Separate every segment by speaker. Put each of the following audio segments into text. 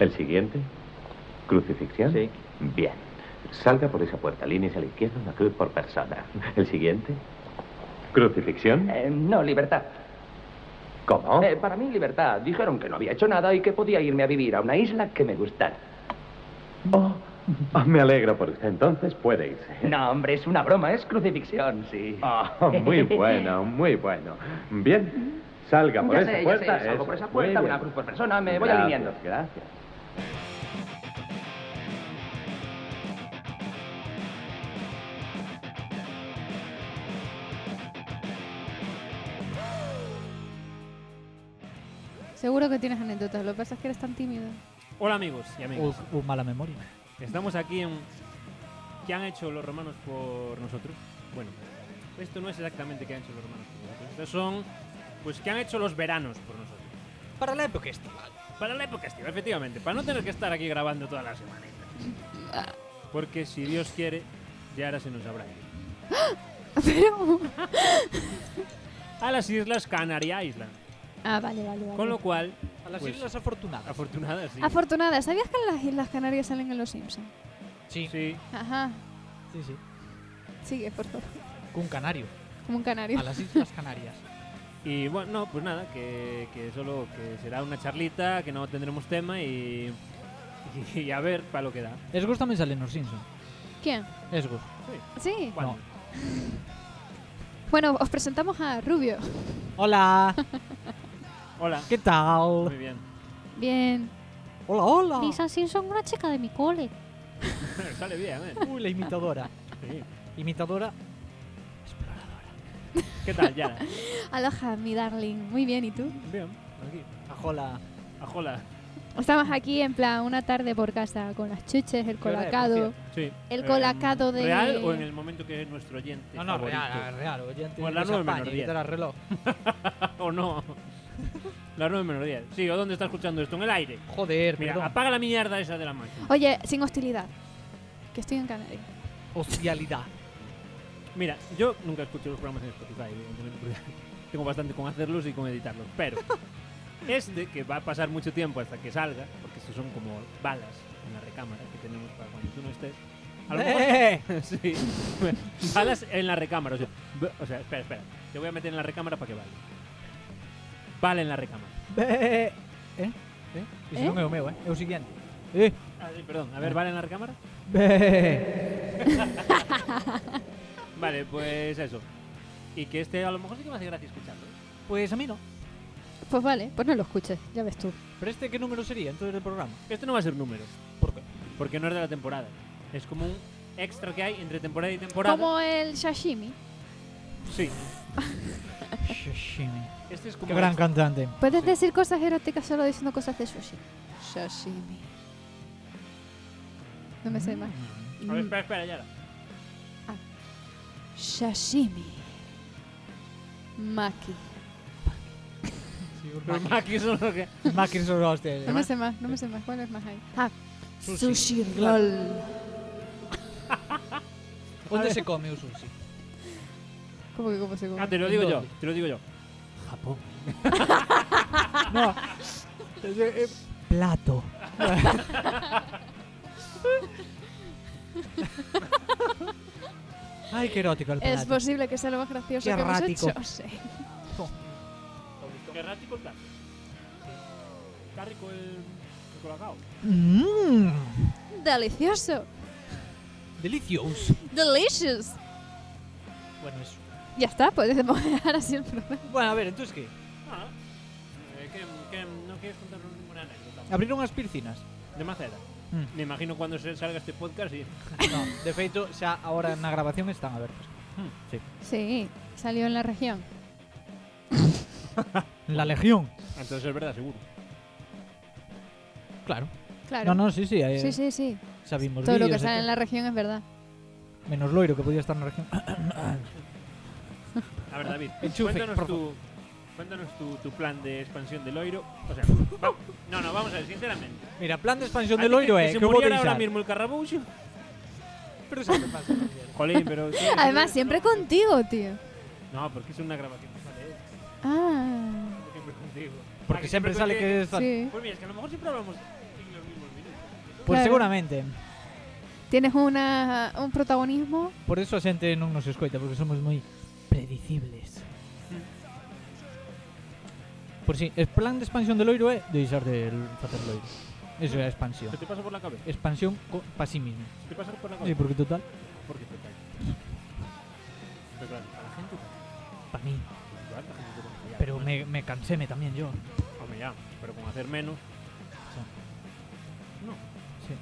Speaker 1: ¿El siguiente? ¿Crucifixión?
Speaker 2: Sí.
Speaker 1: Bien. Salga por esa puerta, líneas a la izquierda, una cruz por persona. ¿El siguiente? ¿Crucifixión?
Speaker 2: Eh, no, libertad.
Speaker 1: ¿Cómo?
Speaker 2: Eh, para mí, libertad. Dijeron que no había hecho nada y que podía irme a vivir a una isla que me gustara.
Speaker 1: Oh, ah, me alegro por usted. Entonces puede irse.
Speaker 2: No, hombre, es una broma, es crucifixión, sí.
Speaker 1: Ah, muy bueno, muy bueno. Bien, salga por
Speaker 2: Ya
Speaker 1: esa
Speaker 2: sé, ya
Speaker 1: puerta.
Speaker 2: sé, salgo
Speaker 1: eso,
Speaker 2: por esa
Speaker 1: muy
Speaker 2: puerta,
Speaker 1: bien.
Speaker 2: una cruz por persona, me voy
Speaker 1: Gracias,
Speaker 2: alineando.
Speaker 1: Gracias.
Speaker 3: Seguro que tienes anécdotas, lo que pasa es que eres tan tímido.
Speaker 4: Hola amigos y
Speaker 5: Uh,
Speaker 4: amigas.
Speaker 5: uh, mala memoria.
Speaker 4: Estamos aquí en... ¿Qué han hecho los romanos por nosotros? Bueno, esto no es exactamente qué han hecho los romanos por nosotros. Estos son, pues, qué han hecho los veranos por nosotros. Para la época estival. Para la época estival, efectivamente. Para no tener que estar aquí grabando toda la semana. Porque si Dios quiere, ya ahora se nos habrá ido.
Speaker 3: Pero.
Speaker 4: A las Islas Canaria Island.
Speaker 3: Ah, vale, vale. vale.
Speaker 4: Con lo cual,
Speaker 5: A las
Speaker 4: Pues-
Speaker 5: Islas Afortunadas.
Speaker 4: afortunadas, sí.
Speaker 3: Afortunada, ¿sabías que en las Islas Canarias salen en Los Simpsons?
Speaker 5: Sí, sí,
Speaker 4: ah, Sí.
Speaker 3: Ajá.
Speaker 5: sí.
Speaker 3: Sigue, por favor.
Speaker 5: Con un canario.
Speaker 3: Como un canario.
Speaker 5: A las Islas Canarias.
Speaker 4: Y bueno, no, pues nada, que, que solo que será una charlita, que no tendremos tema y, y, a ver para lo que da.
Speaker 5: Les gusta me salen los Simpson.
Speaker 3: ¿Quién?
Speaker 5: Les gusta.
Speaker 3: Sí.
Speaker 4: ¿Cuándo?
Speaker 3: Bueno, os presentamos a Rubio.
Speaker 5: Hola,
Speaker 4: Hola.
Speaker 5: ¿qué tal?
Speaker 4: Muy bien.
Speaker 3: Bien.
Speaker 5: Hola, hola.
Speaker 3: Lisa Simpson, una chica de mi cole.
Speaker 4: Sale bien, ¿eh?
Speaker 5: Uy, la imitadora.
Speaker 4: Sí.
Speaker 5: Imitadora.
Speaker 4: ¿Qué tal, Yara?
Speaker 3: Aloha, mi darling. Muy bien, ¿y tú?
Speaker 4: Bien, aquí.
Speaker 5: Ajola.
Speaker 4: Ajola.
Speaker 3: Estamos aquí en plan una tarde por casa con las chuches, el
Speaker 5: ¿Qué hora es, por
Speaker 3: colacado.
Speaker 5: cierto?
Speaker 4: Sí.
Speaker 3: El
Speaker 4: Eh,
Speaker 3: colacado de-
Speaker 4: ¿Real o en el momento que nuestro oyente
Speaker 5: No, no,
Speaker 4: favorito?
Speaker 5: real, real. Oyente
Speaker 4: Pues la
Speaker 5: que se
Speaker 4: nueve
Speaker 5: apañe,
Speaker 4: menos diez.
Speaker 5: editar al reloj.
Speaker 4: ¿O no? Las nueve menos diez. Sí, ¿o dónde está escuchando esto? En el aire.
Speaker 5: Joder,
Speaker 4: Mira, ah.
Speaker 5: perdón.
Speaker 4: apaga la mierda esa de la máquina.
Speaker 3: Oye, sin hostilidad. Que estoy en Canarias.
Speaker 5: Hostialidad.
Speaker 4: Mira, yo nunca escucho los programas en Spotify, evidentemente, porque tengo bastante con hacerlos y con editarlos. Pero este, que va a pasar mucho tiempo hasta que salga, porque estos son como balas en la recámara que tenemos para cuando tú no estés. A lo mejor-
Speaker 5: ¡Eh!
Speaker 4: sí. Balas en la recámara. O sea, b- o sea, espera, espera. Te voy a meter en la recámara para que vale. Vale en la recámara.
Speaker 5: Eh, eh, eh. E
Speaker 3: Eh?
Speaker 5: se non é o meu, eh? É o siguiente. Eh,
Speaker 4: Ah, sí, perdón. A ver, ¿vale en la recámara?
Speaker 5: eh.
Speaker 4: Vale, pues eso. Y que este a lo mejor sí que me hace gracia escucharlo.
Speaker 5: Pois a mí no.
Speaker 3: Pues vale, pues no lo escuches, ya ves tú.
Speaker 5: Pero este que número sería entonces del programa?
Speaker 4: Este no va a ser número.
Speaker 5: Por qué?
Speaker 4: Porque no es de la temporada. Es como un extra que hay entre temporada y temporada.
Speaker 3: Como el sashimi.
Speaker 4: Sí.
Speaker 5: Sashimi.
Speaker 4: Este es como.
Speaker 5: Que gran cantante.
Speaker 3: Puedes
Speaker 4: Sí.
Speaker 3: decir cosas eróticas solo diciendo cosas de sushi. Sashimi. No me
Speaker 5: Mm.
Speaker 3: sé más.
Speaker 4: A ver, espera, espera, Yara.
Speaker 3: Sashimi. Maki.
Speaker 4: Los maquis son los que.
Speaker 5: Macri sobre hostias.
Speaker 3: No me sé más, no me sé más. ¿Cuál es más ahí? Ah,
Speaker 5: Sushi.
Speaker 3: sushi,
Speaker 5: Claro.
Speaker 3: roll.
Speaker 5: Onde se come o sushi?
Speaker 3: ¿Cómo que cómo se
Speaker 4: Ah,
Speaker 3: come?
Speaker 4: te lo digo yo,
Speaker 5: ¿Dónde?
Speaker 4: te lo digo yo.
Speaker 5: Japón. no. Plato. Ay, qué erótico el
Speaker 3: Es
Speaker 5: plato.
Speaker 3: posible que sea lo más gracioso
Speaker 5: Qué
Speaker 3: que hemos
Speaker 5: errático.
Speaker 3: hecho. Sí.
Speaker 4: ¿Querrás y cortar? Está rico el. el colacao.
Speaker 5: Mmm.
Speaker 3: Delicioso.
Speaker 5: Delicioso.
Speaker 3: Delicious.
Speaker 5: Bueno, eso.
Speaker 3: Ya está, podemos dejar así el programa.
Speaker 5: Bueno, a ver, entonces qué?
Speaker 4: Ah. Eh, que, que no quieres contarnos ninguna anécdota.
Speaker 5: Abriron as piscinas.
Speaker 4: De Maceda.
Speaker 5: Mm.
Speaker 4: Me imagino cuando se salga este podcast y.
Speaker 5: No, de feito, xa agora na grabación están abertas.
Speaker 4: Hmm.
Speaker 5: Sí.
Speaker 3: Sí, salió en la región.
Speaker 5: La Legión.
Speaker 4: Entonces es verdad, seguro.
Speaker 5: Claro.
Speaker 3: Claro.
Speaker 5: No, no, sí, sí. Eh,
Speaker 3: Sí, sí, sí.
Speaker 5: Xa vimos
Speaker 3: Todo lo que
Speaker 5: vídeos e
Speaker 3: sale en
Speaker 5: todo.
Speaker 3: la región es verdad.
Speaker 5: Menos Loiro, que podía estar na Legión.
Speaker 4: A ver, David,
Speaker 5: Enchufe,
Speaker 4: cuéntanos,
Speaker 5: por
Speaker 4: tu, cuéntanos tu, tu plan de expansión del Oiro. O sea, va- no, no, vamos a ver, sinceramente.
Speaker 5: Mira, plan de expansión
Speaker 4: Así
Speaker 5: del eh? Loiro
Speaker 4: que,
Speaker 5: é
Speaker 4: que se
Speaker 5: que vou
Speaker 4: muriera ahora
Speaker 5: deixar.
Speaker 4: mismo el Carrabucho.
Speaker 5: Pero xa me pasa.
Speaker 4: Jolín, pero.
Speaker 3: Además, siempre contigo, tío.
Speaker 4: No, porque es una grabación. Vale,
Speaker 3: Ah,
Speaker 4: siempre contigo. Ah,
Speaker 5: Porque
Speaker 4: que
Speaker 5: sempre sale
Speaker 4: coincide
Speaker 5: que... está-
Speaker 3: sí.
Speaker 4: Pues mira, es que a lo mejor siempre hablamos en los
Speaker 5: Pues
Speaker 3: Claro.
Speaker 5: seguramente.
Speaker 3: Tienes una, un protagonismo.
Speaker 5: Por eso a xente non nos escoita, porque somos moi predicibles. Por si, el plan de expansión do Loiro é deixar de facer Loiro. Eso é a expansión.
Speaker 4: ¿Qué te pasa por la cabeza?
Speaker 5: Expansión co, pa sí mismo.
Speaker 4: ¿Te pasa por la
Speaker 5: Sí,
Speaker 4: cabeza?
Speaker 5: porque total,
Speaker 4: Porque te cae. Pero claro, a la gente
Speaker 5: pa mí.
Speaker 4: te cae, la gente te conoce ya,
Speaker 5: Pero
Speaker 4: ¿no?
Speaker 5: me, me canseme tamén yo.
Speaker 4: Hombre, ya, pero con hacer menos. No.
Speaker 5: Sí.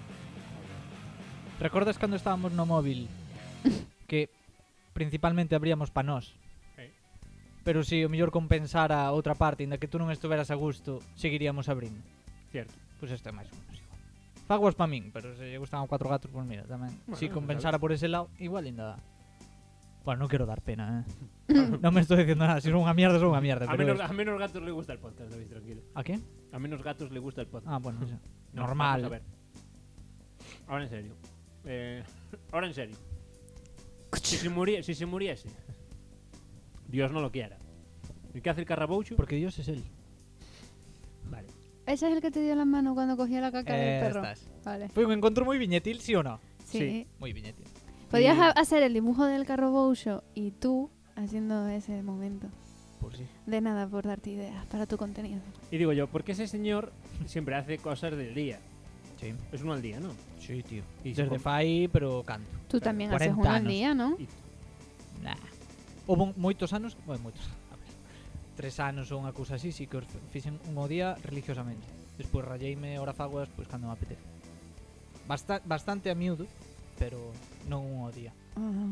Speaker 5: Recordas cando estábamos no móvil que principalmente abríamos pa nós?
Speaker 4: Eh.
Speaker 5: Pero si o mellor compensara a outra parte, inda que tú non estuveras a gusto, seguiríamos abrindo.
Speaker 4: Cierto.
Speaker 5: Pois este é máis ou menos igual. Faguas pa min, pero se lle gustaban cuatro gatos, pois mira, tamén.
Speaker 4: Bueno,
Speaker 5: si
Speaker 4: non
Speaker 5: compensara por ese lado, igual ainda dá. Bueno, non quero dar pena, eh. non me estou dicindo nada, se son unha mierda, son unha mierda,
Speaker 4: A
Speaker 5: pero
Speaker 4: menos,
Speaker 5: es-
Speaker 4: a menos gatos le gusta el podcast, David, tranquilo.
Speaker 5: ¿A qué?
Speaker 4: A menos gatos le gusta el podcast.
Speaker 5: Ah, bueno, eso.
Speaker 4: No,
Speaker 5: normal.
Speaker 4: vamos a ver. Ahora en serio. Eh, ahora en serio. Si se, murie- si se muriese, Dios no lo quiera. ¿Y qué hace el carraboucho?
Speaker 5: Porque Dios es él.
Speaker 4: Vale.
Speaker 3: Ese es el que te dio las manos cuando cogía la caca
Speaker 5: Eh,
Speaker 3: del perro.
Speaker 5: estás.
Speaker 3: Vale.
Speaker 5: Foi un encontro moi viñetil, sí ou no?
Speaker 3: Sí.
Speaker 5: Moi viñetil.
Speaker 3: Podías
Speaker 4: Y-
Speaker 3: ha- hacer el dibujo del carro Boucho y tú haciendo ese momento.
Speaker 5: Por si.
Speaker 3: De nada por darte ideas para tu contenido.
Speaker 4: Y digo yo, porque ese señor siempre hace cosas del día.
Speaker 5: Sí.
Speaker 4: Es uno al día, ¿no?
Speaker 5: Sí, tío.
Speaker 4: Y
Speaker 5: Desde
Speaker 4: con-
Speaker 5: fai, pero canto.
Speaker 3: Tú también haces
Speaker 5: 40
Speaker 3: uno al
Speaker 5: anos.
Speaker 3: día, ¿no?
Speaker 5: Nah. Houve moitos anos, bueno, moitos, a ver, tres anos ou unha cousa así, sí que os f- fixen un o día religiosamente. Despois ralleime hora faguas, pois cando me apetece. Basta, bastante a miúdo, pero non un o día.
Speaker 3: Ah.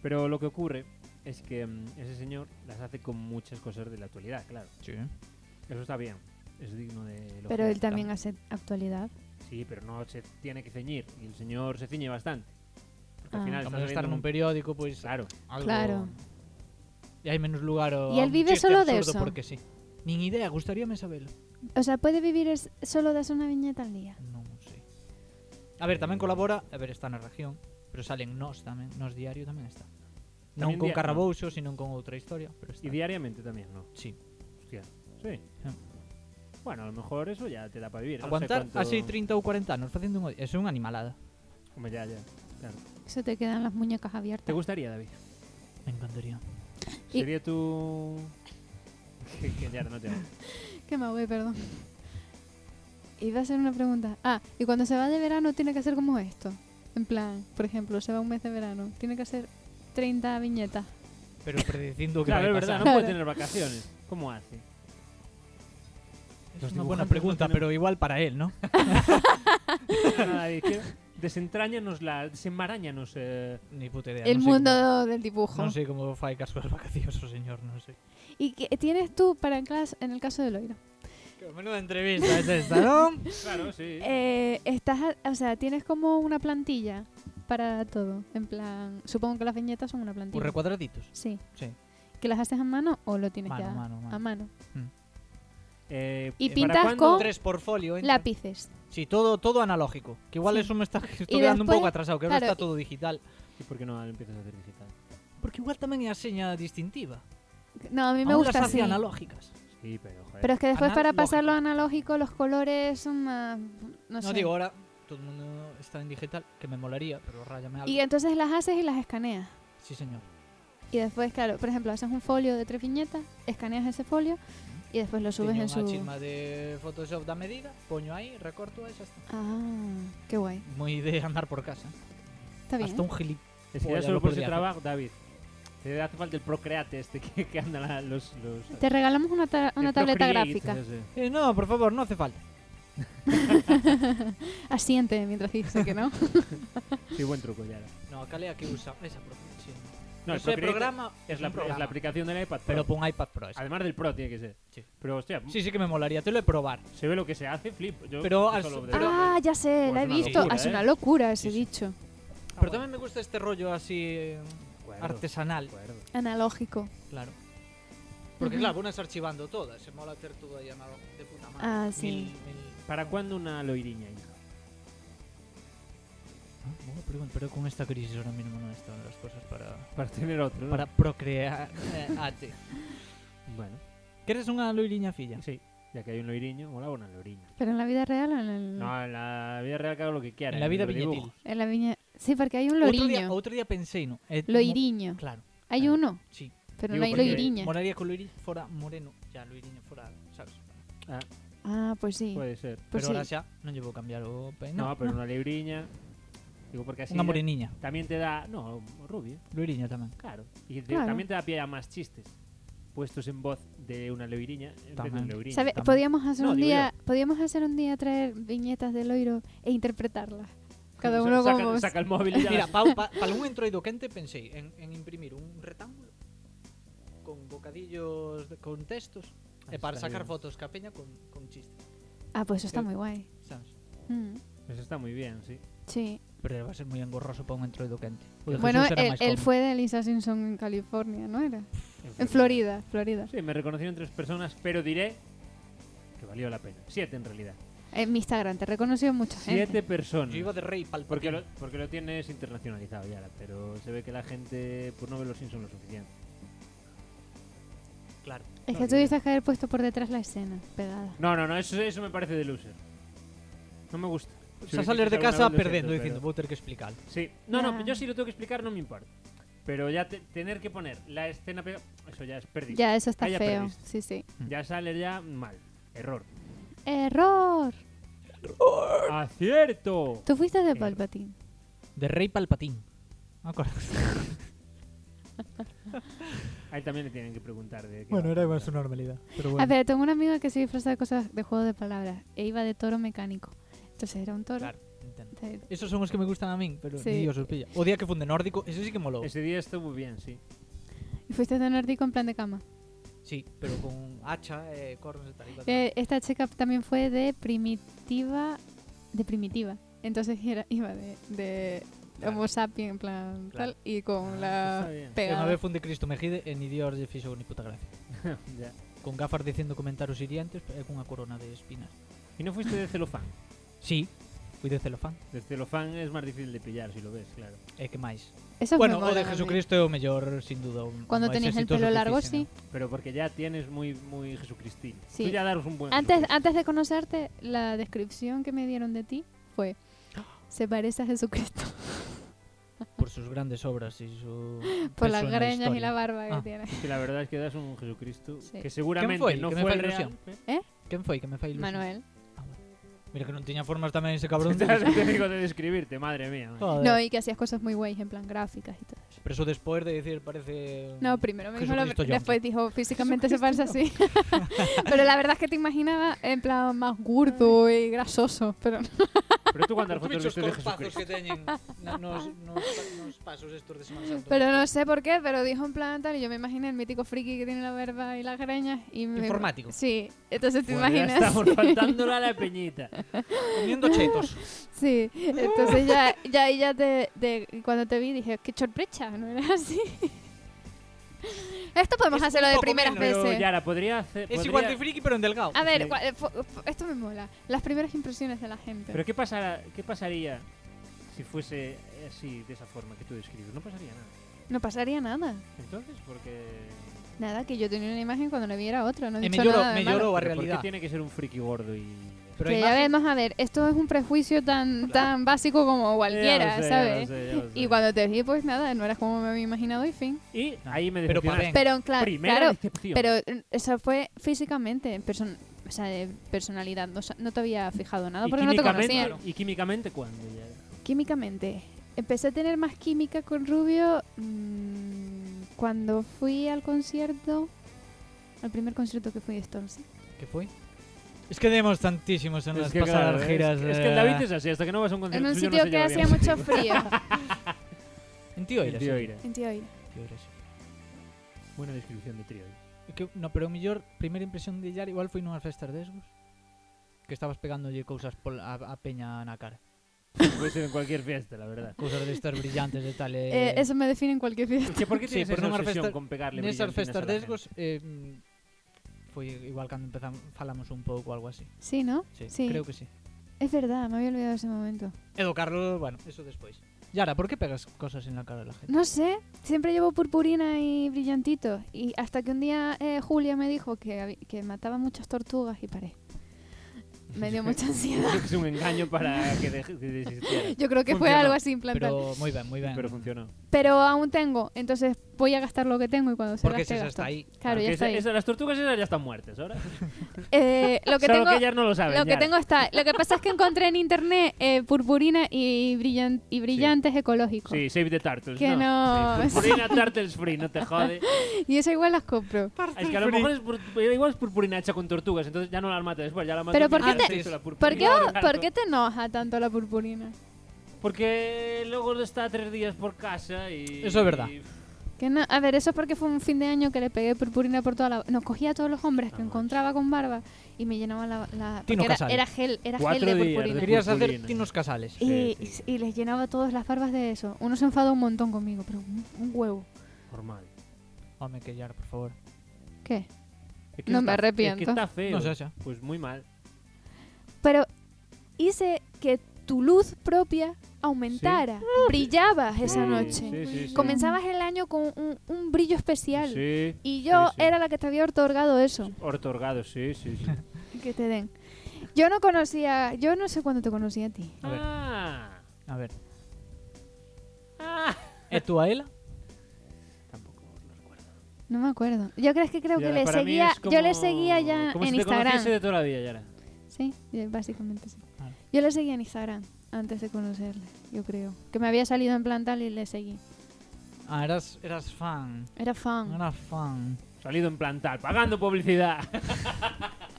Speaker 4: Pero lo que ocurre es que mm, ese señor las hace con muchas cosas de la actualidad, claro.
Speaker 5: Sí.
Speaker 4: Eso está bien. Es digno de elogiar.
Speaker 3: Pero él también hace actualidad.
Speaker 4: Sí, pero no se tiene que ceñir. Y el señor se ciñe bastante. Porque
Speaker 3: Ah.
Speaker 4: al final
Speaker 5: Como
Speaker 4: estás
Speaker 5: estar
Speaker 4: leyendo
Speaker 5: nun periódico, pois
Speaker 4: Claro.
Speaker 5: algo...
Speaker 3: Claro.
Speaker 5: E hai menos lugar o...
Speaker 3: E
Speaker 5: a
Speaker 3: el
Speaker 5: un
Speaker 3: vive
Speaker 5: chiste
Speaker 3: solo de
Speaker 5: absurdo
Speaker 3: eso.
Speaker 5: Porque sí. Nin idea, gustaríame sabelo.
Speaker 3: O sea, puede vivir es- solo de hacer una viñeta al día.
Speaker 5: Non sei. A ver, tamén colabora, a ver, está na región, pero salen nós tamén, nós diario tamén está. Non
Speaker 4: Tamén
Speaker 5: con
Speaker 4: Dia-
Speaker 5: Carrabouxo, sino con outra historia, pero está.
Speaker 4: Y diariamente también, ¿no?
Speaker 5: Sí.
Speaker 4: Hostia. Sí. Bueno, a lo mejor eso ya te da para vivir.
Speaker 5: Aguantar ah,
Speaker 4: no sé cuánto-
Speaker 5: así 30 ou 40 anos facendo un... Eso é unha animalada.
Speaker 4: Hombre, ya, ya.
Speaker 3: Eso te quedan las muñecas
Speaker 4: ¿Te
Speaker 3: abiertas.
Speaker 4: gustaría, David?
Speaker 5: Me encantaría.
Speaker 3: Y-
Speaker 4: Sería tu... que, que ya no te hago.
Speaker 3: Que me voy, perdón. Iba a hacer una pregunta. Ah, y cuando se va de verano tiene que hacer como esto. En plan, por ejemplo, se va un mes de verano, tiene que hacer 30 viñetas.
Speaker 5: Pero predicindo o que
Speaker 4: Claro,
Speaker 5: vai
Speaker 4: es verdad,
Speaker 5: pasar.
Speaker 4: no puede tener vacaciones. ¿Cómo hace?
Speaker 5: Es
Speaker 4: Los
Speaker 5: unha buena
Speaker 4: dibujantes
Speaker 5: pregunta,
Speaker 4: no tienen-
Speaker 5: pero igual para él, ¿no?
Speaker 4: Nada, David, que desentrañanos la... Desenmarañanos... Eh...
Speaker 5: Ni puta idea.
Speaker 3: El
Speaker 5: non sei
Speaker 3: mundo del
Speaker 5: como-
Speaker 3: dibujo.
Speaker 5: Non sei como fai caso das vacacións o señor, non sei.
Speaker 3: ¿Y qué tienes tú para en, clas- en el caso de Loira?
Speaker 5: Que menuda entrevista es esta, non?
Speaker 4: Claro, sí.
Speaker 3: Eh, estás, a- o sea, tienes como una plantilla para todo. En plan, supongo que las viñetas son una
Speaker 5: Os
Speaker 3: plantilla.
Speaker 5: recuadraditos.
Speaker 3: Sí.
Speaker 5: Sí.
Speaker 3: ¿Que las haces a mano o lo tienes que
Speaker 5: Mano,
Speaker 3: dar?
Speaker 5: mano,
Speaker 3: A
Speaker 5: mano.
Speaker 3: mano.
Speaker 4: Eh,
Speaker 3: Y
Speaker 4: ¿para
Speaker 3: pintas
Speaker 4: cuándo?
Speaker 3: con-
Speaker 5: Tres portfolio, ¿eh?
Speaker 3: Lápices.
Speaker 5: Sí, todo, todo analógico. Que igual
Speaker 3: Sí.
Speaker 5: eso me está estoy quedando un
Speaker 3: después-
Speaker 5: pouco atrasado, que ahora
Speaker 3: claro,
Speaker 5: está todo digital.
Speaker 4: ¿Y por qué no lo empiezas a hacer digital?
Speaker 5: Porque igual tamén é a seña distintiva.
Speaker 3: No, a mí me
Speaker 5: Aún
Speaker 3: gusta
Speaker 5: las
Speaker 3: así.
Speaker 5: hacía analógicas.
Speaker 4: Sí, pero joder.
Speaker 3: Pero es que después para
Speaker 5: Analógico.
Speaker 3: pasarlo a analógico los colores son más... No,
Speaker 5: No,
Speaker 3: sé.
Speaker 5: digo, ahora todo el mundo está en digital, que me molaría, pero ráyame algo.
Speaker 3: Y entonces las haces y las escaneas.
Speaker 5: Sí, señor.
Speaker 3: Y después, claro, por ejemplo, haces un folio de tres viñetas, escaneas ese folio y después lo subes
Speaker 5: Teño
Speaker 3: en
Speaker 5: unha
Speaker 3: su...
Speaker 5: chisma de Photoshop da medida, poño aí, recorto e xa está.
Speaker 3: Ah, qué guay.
Speaker 5: Moi de andar por casa.
Speaker 3: Está bien.
Speaker 5: Hasta un gilip.
Speaker 4: Es que ya
Speaker 5: Joder, ya
Speaker 4: solo
Speaker 5: lo
Speaker 4: por
Speaker 5: podría
Speaker 4: ese
Speaker 5: hacer.
Speaker 4: trabajo, David. Te hace falta el procreate este que, que anda la- los... los
Speaker 3: Te regalamos una, ta- una
Speaker 4: el
Speaker 3: tableta
Speaker 4: Procreate,
Speaker 3: gráfica.
Speaker 4: ese.
Speaker 5: Eh, no, por favor, no hace falta.
Speaker 3: Asiente Ah, mientras dice que no.
Speaker 4: Sí, buen truco, ya.
Speaker 5: No, a calea que usa esa apropiación.
Speaker 4: No, el
Speaker 5: Ese
Speaker 4: Procreate
Speaker 5: programa
Speaker 4: es la,
Speaker 5: un programa,
Speaker 4: es la aplicación del iPad Pro.
Speaker 5: pero pon iPad Pro. ese.
Speaker 4: Además del Pro tiene que ser.
Speaker 5: Sí.
Speaker 4: Pero, hostia,
Speaker 5: Sí, sí que me molaría, te lo he probar.
Speaker 4: se ve lo que se hace, flip. Yo yo
Speaker 5: Pero al-
Speaker 4: solo de-
Speaker 5: pero-
Speaker 3: ah, ya sé,
Speaker 4: Pues
Speaker 3: la he
Speaker 4: una
Speaker 3: visto.
Speaker 4: locura,
Speaker 3: es
Speaker 4: ¿eh?
Speaker 3: una locura ese
Speaker 5: Sí, sí.
Speaker 3: dicho.
Speaker 4: Ah,
Speaker 5: Pero
Speaker 4: bueno,
Speaker 5: tamén me gusta este rollo así eh,
Speaker 4: acuerdo,
Speaker 5: artesanal.
Speaker 4: acuerdo.
Speaker 3: Analógico.
Speaker 5: Claro. Porque
Speaker 3: Ujú.
Speaker 5: claro, unas archivando todas, se mola hacer todo ahí análogo de puta madre.
Speaker 3: Ah, sí.
Speaker 5: Mil- mil-
Speaker 4: ¿Para cuándo una loiriña, hija?
Speaker 5: Ah, bueno, pero, bueno, pero con esta crisis ahora mismo no están las cosas para
Speaker 4: Para tener otro, ¿no? ah,
Speaker 5: para procrear eh, ate.
Speaker 4: Bueno,
Speaker 5: Queres unha loiriña filla?
Speaker 4: sí. Ya que hai un loiriño, molaba unha loiriña.
Speaker 3: Pero en la vida real o en, el-
Speaker 4: No, en la vida real que hago lo que quiera.
Speaker 5: En la vida
Speaker 4: los
Speaker 5: billetil.
Speaker 4: dibujos.
Speaker 3: en la viña. Sí, porque hay un
Speaker 5: Outro día,
Speaker 3: loriño.
Speaker 5: outro día pensei, no. Eh,
Speaker 3: Loiriño.
Speaker 5: Claro,
Speaker 3: Hay
Speaker 5: claro.
Speaker 3: uno,
Speaker 5: sí.
Speaker 3: pero
Speaker 4: Digo,
Speaker 3: no hay
Speaker 4: porque
Speaker 3: loiriña.
Speaker 5: Moraría que o Loiriño fora moreno. Ya, Loiriño fora, sabes?
Speaker 3: Ah, pues sí.
Speaker 4: Puede ser.
Speaker 3: Pues
Speaker 5: pero ahora
Speaker 3: sí.
Speaker 5: xa non llevo cambiar o pelo.
Speaker 4: No,
Speaker 5: No,
Speaker 4: pero una libriña. Digo, porque así.
Speaker 5: Unha moreniña.
Speaker 4: También te da. No, rubio,
Speaker 5: Loiriña tamén.
Speaker 4: claro. Y te-
Speaker 3: Claro.
Speaker 4: también te da pie a más chistes. Puestos en voz de una leuriña.
Speaker 5: Tamén.
Speaker 3: ¿Sabe?
Speaker 5: también.
Speaker 3: Podíamos hacer
Speaker 4: No,
Speaker 3: un
Speaker 4: digo
Speaker 3: día, podíamos hacer un día traer viñetas de Loiro e interpretarlas. Cada uno
Speaker 4: saca,
Speaker 3: como
Speaker 4: saca el móvil y ya
Speaker 5: Mira,
Speaker 4: las-
Speaker 5: pa, pa, para un entroido quente pensei en, en imprimir un rectángulo con bocadillos de, con textos e para
Speaker 4: está
Speaker 5: sacar
Speaker 4: bien.
Speaker 5: fotos que a peña con, con chistes,
Speaker 3: Ah, pues eso está
Speaker 5: Eh.
Speaker 3: muy guay.
Speaker 5: sabes?
Speaker 3: Mm,
Speaker 4: Eso Pues está muy bien, sí.
Speaker 3: sí.
Speaker 5: Pero va a ser moi engorroso para un entroido quente. O de
Speaker 3: Bueno,
Speaker 5: Jesús era
Speaker 3: él,
Speaker 5: máis
Speaker 3: él
Speaker 5: cómodo.
Speaker 3: fue de Lisa Simpson en California, ¿no era? En
Speaker 4: fin.
Speaker 3: Florida, Florida.
Speaker 4: Sí, me reconocieron tres personas, pero diré que valió la pena. Siete en realidad.
Speaker 3: En mi Instagram, te reconoció mucha gente.
Speaker 4: Siete personas.
Speaker 5: Yo iba de rey pal
Speaker 4: Porque lo, porque lo tienes internacionalizado ya, pero se ve que la gente por no ver los Simpsons lo suficiente.
Speaker 5: Claro.
Speaker 3: Es
Speaker 4: no,
Speaker 3: que tuviste que haber puesto por detrás la escena, pegada.
Speaker 4: No, no, no, eso, eso me parece de loser. No me gusta. Si lo
Speaker 5: Xa Pues salir de
Speaker 4: hiciste
Speaker 5: casa
Speaker 4: alguna vez, lo
Speaker 5: perdendo
Speaker 4: siento,
Speaker 5: dicindo,
Speaker 4: pero-
Speaker 5: vou ter que explicar.
Speaker 4: Sí. No, no,
Speaker 3: Ya.
Speaker 4: yo si lo tengo que explicar no me importa. Pero ya te- tener que poner la escena pega- eso ya es perdido.
Speaker 3: Ya, eso está
Speaker 4: Ah, ya
Speaker 3: feo.
Speaker 4: perdiste.
Speaker 3: Sí, sí.
Speaker 4: Ya sale ya mal. Error.
Speaker 3: ¡Error!
Speaker 4: ¡Acierto!
Speaker 3: Tú fuiste de
Speaker 4: Error.
Speaker 3: Palpatine.
Speaker 5: De rey pal patín. No acordas?
Speaker 4: A él también le tienen que preguntar de qué
Speaker 5: Bueno,
Speaker 4: va.
Speaker 5: era igual su normalidad, pero
Speaker 3: A
Speaker 5: bueno.
Speaker 3: ver, tengo una amiga que se disfraza de cosas de juego de palabras e iba de toro mecánico. Entonces era un toro.
Speaker 5: Claro, entendo.
Speaker 3: Entonces,
Speaker 5: Esos son os que me gustan a min, pero
Speaker 3: Sí.
Speaker 5: ni Dios os pilla. O día que funde nórdico, ese sí que molou.
Speaker 4: Ese día estuvo bien, sí.
Speaker 3: Y fuiste de nórdico en plan de cama.
Speaker 5: Sí, pero con hacha, eh, cornos e tal. e cual.
Speaker 3: Eh, esta chica también fue de primitiva. De primitiva. Entonces era, iba de, de
Speaker 5: Claro.
Speaker 3: Homo sapiens en plan
Speaker 5: Claro. pues
Speaker 3: tal y con
Speaker 4: Ah, está
Speaker 3: la
Speaker 4: bien.
Speaker 5: Eu unha
Speaker 3: pegada.
Speaker 5: vez funde Cristo Mejide e ni Dios lle fixo ni puta gracia.
Speaker 4: Ya.
Speaker 5: Con gafas dicendo comentarios hirientes e cunha corona de espinas.
Speaker 4: ¿Y no fuiste de celofán?
Speaker 5: Sí, fui de celofán.
Speaker 4: De celofán es más difícil de pillar si lo ves, claro.
Speaker 5: E que máis?
Speaker 3: Eso
Speaker 5: bueno,
Speaker 3: me
Speaker 5: o de
Speaker 3: mola a mí.
Speaker 5: Jesucristo é o mellor, sin duda. o
Speaker 3: Cuando
Speaker 5: máis
Speaker 3: tenías el pelo
Speaker 5: exitoso que
Speaker 3: largo,
Speaker 5: fixen,
Speaker 3: sí.
Speaker 5: eh.
Speaker 4: Pero porque ya tienes muy, muy Jesucristino.
Speaker 3: Sí.
Speaker 4: Tú ya daros un buen
Speaker 3: Antes,
Speaker 4: Jesucristo.
Speaker 3: antes de conocerte, la descripción que me dieron de ti fue: Se parece a Jesucristo
Speaker 5: Por sus grandes obras e su
Speaker 3: por
Speaker 5: peso
Speaker 3: las
Speaker 5: na
Speaker 3: greñas y
Speaker 5: historia.
Speaker 3: la barba que
Speaker 5: Ah.
Speaker 3: tiene.
Speaker 4: Que la verdad es que das un Jesucristo
Speaker 3: Sí.
Speaker 4: que seguramente
Speaker 5: ¿Quién fue?
Speaker 4: no
Speaker 5: Que me
Speaker 4: fue
Speaker 5: fai
Speaker 4: el real. ¿eh?
Speaker 5: Quen foi que me fai ilusión?
Speaker 3: Manuel.
Speaker 5: Mira que non tiña formas tamén ese cabrón.
Speaker 4: Ya
Speaker 5: de...
Speaker 4: te digo de describirte, madre mía.
Speaker 5: Joder.
Speaker 3: No, y que hacías cosas muy guays, en plan gráficas y todo eso.
Speaker 5: Pero eso despois de decir parece...
Speaker 3: No, primero me dijo lo-
Speaker 5: Jesucristo
Speaker 3: después dijo físicamente se parece así. pero la verdad es que te imaginaba en plan más gordo y grasoso. Pero
Speaker 4: Pero tú cuando has fotos
Speaker 5: bichos
Speaker 4: vestido de
Speaker 5: corpazos
Speaker 4: Jesucristo.
Speaker 5: que teñen na, nos, nos, nos pasos estos de Semana Santa.
Speaker 3: pero no sé por qué, pero dijo en plan tal. Y yo me imaginé el mítico friki que tiene la barba y las greñas. Y me-
Speaker 5: Informático. Pues
Speaker 3: Sí, entonces te
Speaker 4: Bueno, ya
Speaker 3: imaginas.
Speaker 4: estamos faltándola a la peñita.
Speaker 5: Comiendo chetos.
Speaker 3: Sí, entonces ya, ya, ahí ya te, te- cuando te vi dije, qué chorprecha, ¿no era así? Esto podemos
Speaker 5: Es un
Speaker 3: hacerlo de
Speaker 5: poco
Speaker 3: primeras
Speaker 5: menos,
Speaker 4: Pero
Speaker 3: veces.
Speaker 4: Yara, podría hacer.
Speaker 5: Es
Speaker 4: podría-
Speaker 5: igual de friki, pero en delgado.
Speaker 3: A ver,
Speaker 4: Sí.
Speaker 3: cua- eh, fu- fu- esto me mola. Las primeras impresiones de la gente.
Speaker 4: Pero ¿qué, pasara, ¿qué pasaría si fuese así, de esa forma que tú describes? No pasaría nada.
Speaker 3: No pasaría nada.
Speaker 4: Entonces, porque.
Speaker 3: Nada, que yo tenía una imagen cuando la viera otra. No he
Speaker 5: Eh, me
Speaker 3: dicho
Speaker 5: lloro-
Speaker 3: nada de
Speaker 5: me
Speaker 3: malo.
Speaker 5: lloro
Speaker 4: ¿Por
Speaker 5: a
Speaker 4: qué
Speaker 5: realidad.
Speaker 4: tiene que ser un friki gordo y.?
Speaker 5: Pero a
Speaker 3: Que ya
Speaker 5: imagen-
Speaker 3: vemos, a ver, esto es un prejuicio tan, tan básico como cualquiera,
Speaker 4: Ya lo sé, ya lo
Speaker 3: ¿sabes?
Speaker 4: sé, ya lo sé.
Speaker 3: Y cuando te vi, pues nada, no eras como me había imaginado y fin.
Speaker 4: Y ahí me
Speaker 5: Pero pa'
Speaker 4: decepcionaste.
Speaker 3: Pero cla-
Speaker 4: Primera
Speaker 3: claro,
Speaker 4: decepción.
Speaker 3: Pero eh, eso fue físicamente, en person- o sea, de personalidad. No, sa- no te había fijado nada
Speaker 4: ¿Y
Speaker 3: porque no te
Speaker 4: químicamente-
Speaker 3: conocía.
Speaker 4: ¿Y químicamente cuándo? Yara?
Speaker 3: Químicamente, empecé a tener más química con Rubio mm, cuando fui al concierto, al primer concierto que fui de Storm, ¿sí?
Speaker 5: ¿Qué fue? Es que demos tantísimos en las
Speaker 4: que,
Speaker 5: pasadas
Speaker 4: claro, es-
Speaker 5: giras.
Speaker 4: Es, que el David es así, hasta que no vas a un concierto.
Speaker 3: En un
Speaker 4: suyo
Speaker 3: sitio
Speaker 4: no se
Speaker 3: que
Speaker 4: lleva
Speaker 3: hacía
Speaker 4: bien.
Speaker 3: mucho frío.
Speaker 5: En tío
Speaker 4: El tío Ira.
Speaker 3: en Tioira.
Speaker 4: Buena descripción de trío.
Speaker 5: no, pero o mellor primeira impresión de Yar igual foi nunhas festas desgos que estabas pegándolle cousas pol, a, a peña na cara.
Speaker 4: Puede ser en cualquier fiesta, la verdad.
Speaker 5: Cousas destas brillantes e tal.
Speaker 3: Eh,
Speaker 5: Eh,
Speaker 3: eso me define en cualquier fiesta.
Speaker 4: Que por que
Speaker 5: Sí,
Speaker 4: tienes
Speaker 5: por
Speaker 4: esa
Speaker 5: non
Speaker 4: obsesión
Speaker 5: festas-
Speaker 4: con pegarle
Speaker 5: Nesas
Speaker 4: brillantinas a
Speaker 5: festas
Speaker 4: la
Speaker 5: desgos eh, foi igual cando empezamos falamos un pouco algo así.
Speaker 3: Sí, ¿no?
Speaker 5: Sí,
Speaker 3: Sí.
Speaker 5: creo que sí.
Speaker 3: Es verdad, me había olvidado ese momento.
Speaker 5: Edo Carlos, bueno, eso despois. Yara, ¿por qué pegas cosas en la cara de la gente?
Speaker 3: No sé, siempre llevo purpurina y brillantitos. Y hasta que un día eh, Julia me dijo que, habi- que mataba muchas tortugas y paré. Me dio mucha ansiedad.
Speaker 4: Creo que es un engaño para que deje que desistiera.
Speaker 3: Yo creo que fue
Speaker 4: Funcionó,
Speaker 3: algo así implantado. Pero,
Speaker 5: Pero muy bien, muy bien.
Speaker 4: Pero funcionó.
Speaker 3: aún tengo, entonces voy a gastar lo que tengo y cuando se
Speaker 5: Porque
Speaker 3: gaste,
Speaker 5: si esa
Speaker 3: gasto.
Speaker 5: está ahí.
Speaker 3: Claro, ya
Speaker 4: Que
Speaker 3: está
Speaker 4: esa-
Speaker 3: ahí.
Speaker 4: esa- las tortugas esas ya están muertas ahora.
Speaker 3: Eh, lo que
Speaker 4: Solo
Speaker 3: tengo...
Speaker 4: que ellas no lo saben.
Speaker 3: Lo que
Speaker 4: Yara.
Speaker 3: tengo está. Lo que pasa es que encontré en internet eh, purpurina y, brillan- y brillantes ecológicos.
Speaker 4: Sí, Save the Turtles.
Speaker 3: Que no.
Speaker 4: Sí, purpurina Turtles Free, no te jode.
Speaker 3: Y eso igual las compro.
Speaker 4: Es que a lo mejor es, pur- igual es purpurina hecha con tortugas, entonces ya no las mata después, ya la mata
Speaker 3: Pero ¿por
Speaker 5: qué te-
Speaker 3: ¿Por qué,
Speaker 4: Claro.
Speaker 3: ¿Por qué te enoja tanto la purpurina?
Speaker 4: Porque luego está tres días por casa y...
Speaker 5: Eso es verdad.
Speaker 4: y-
Speaker 3: Que no- a ver, eso es porque fue un fin de año que le pegué purpurina por toda la... No, cogía a todos los hombres que
Speaker 4: Ah,
Speaker 3: encontraba con barba y me llenaba la... la- porque
Speaker 5: Tino
Speaker 3: era,
Speaker 5: Casal.
Speaker 3: era gel, era gel
Speaker 4: Cuatro
Speaker 3: de
Speaker 4: días
Speaker 3: purpurina.
Speaker 4: de
Speaker 5: Querías hacer
Speaker 4: Purpurina.
Speaker 5: tinos casales.
Speaker 3: Y,
Speaker 4: Sí, sí.
Speaker 3: y- y les llenaba todas las barbas de eso. Uno se enfadó un montón conmigo, pero un, un huevo.
Speaker 4: Normal.
Speaker 5: Hombre, que Yara, por favor.
Speaker 3: ¿Qué?
Speaker 4: Es
Speaker 3: No me
Speaker 4: está- Es
Speaker 3: arrepiento.
Speaker 4: que está feo.
Speaker 5: No sé, ya.
Speaker 4: Pues muy mal.
Speaker 3: Pero hice que tu luz propia aumentara. Brillabas esa
Speaker 4: Sí,
Speaker 3: noche.
Speaker 4: sí, sí, sí.
Speaker 3: Comenzabas el año con un, un brillo especial.
Speaker 4: Sí.
Speaker 3: Y yo
Speaker 4: sí, sí.
Speaker 3: era la que te había otorgado eso.
Speaker 4: Otorgado, sí, sí, sí.
Speaker 3: Que te den. Yo no conocía... Yo no sé cuándo te conocí a ti.
Speaker 5: A ver.
Speaker 4: ah.
Speaker 5: A ver.
Speaker 4: Ah.
Speaker 5: ¿Es tú a él?
Speaker 4: Tampoco lo recuerdo.
Speaker 3: No me acuerdo. Yo creo que creo que
Speaker 4: Yara,
Speaker 3: le
Speaker 4: para mí
Speaker 3: seguía,
Speaker 4: es como-
Speaker 3: yo le seguía ya
Speaker 4: como
Speaker 3: en
Speaker 4: si te
Speaker 3: Instagram.
Speaker 4: conociese de Ah. toda la vida, Yara.
Speaker 3: Sí, eh, básicamente sí.
Speaker 5: Claro.
Speaker 3: Yo le seguía en Instagram antes de conocerle, yo creo. Que me había salido en plan tal y le seguí.
Speaker 5: Ah, eras, eras fan.
Speaker 3: Era fan.
Speaker 5: Eras fan.
Speaker 4: Salido en plantar, pagando publicidad.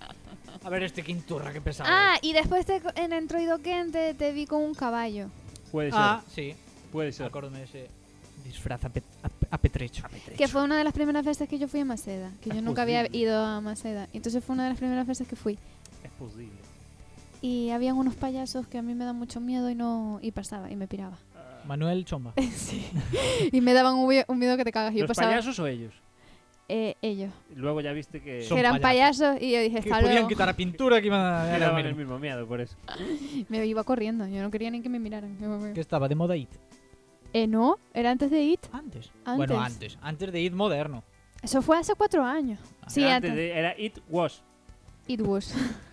Speaker 5: A ver, este quinturra que pesado.
Speaker 3: Ah, y después te, en Entroidoken te, te vi con un caballo.
Speaker 4: Puede ser,
Speaker 5: Ah, sí.
Speaker 4: puede
Speaker 5: Sí.
Speaker 4: ser.
Speaker 5: Acórdame de ese disfraz ape- ape- apetrecho.
Speaker 3: Que fue una de las primeras veces que yo fui a Maceda. Que
Speaker 4: Es
Speaker 3: yo nunca había
Speaker 4: posible.
Speaker 3: ido a Maceda. Entonces fue una de las primeras veces que fui.
Speaker 4: Es posible.
Speaker 3: Y habían unos payasos que a mí me dan mucho miedo y no y pasaba y me piraba.
Speaker 5: Manuel Chomba.
Speaker 3: sí. y me daban un, mie- un miedo que te cagas. Y yo
Speaker 4: ¿Los
Speaker 3: pasaba
Speaker 4: payasos o ellos?
Speaker 3: eh, ellos.
Speaker 4: Luego ya viste que...
Speaker 5: Son
Speaker 3: que eran payasos. y yo dije,
Speaker 5: que
Speaker 3: hasta
Speaker 5: podían
Speaker 3: luego.
Speaker 5: quitar la pintura que iban a
Speaker 4: Sí,
Speaker 5: dar
Speaker 4: daban el mismo miedo por eso.
Speaker 3: Me iba corriendo, yo no quería ni que me miraran. Yo me-
Speaker 5: Que estaba de moda IT.
Speaker 3: Eh, no, era antes de IT.
Speaker 5: Antes. Bueno, antes. Antes de IT moderno.
Speaker 3: Eso fue hace cuatro años.
Speaker 5: Ah,
Speaker 3: sí,
Speaker 4: Era
Speaker 3: antes.
Speaker 4: antes de- era It Was.
Speaker 3: It was.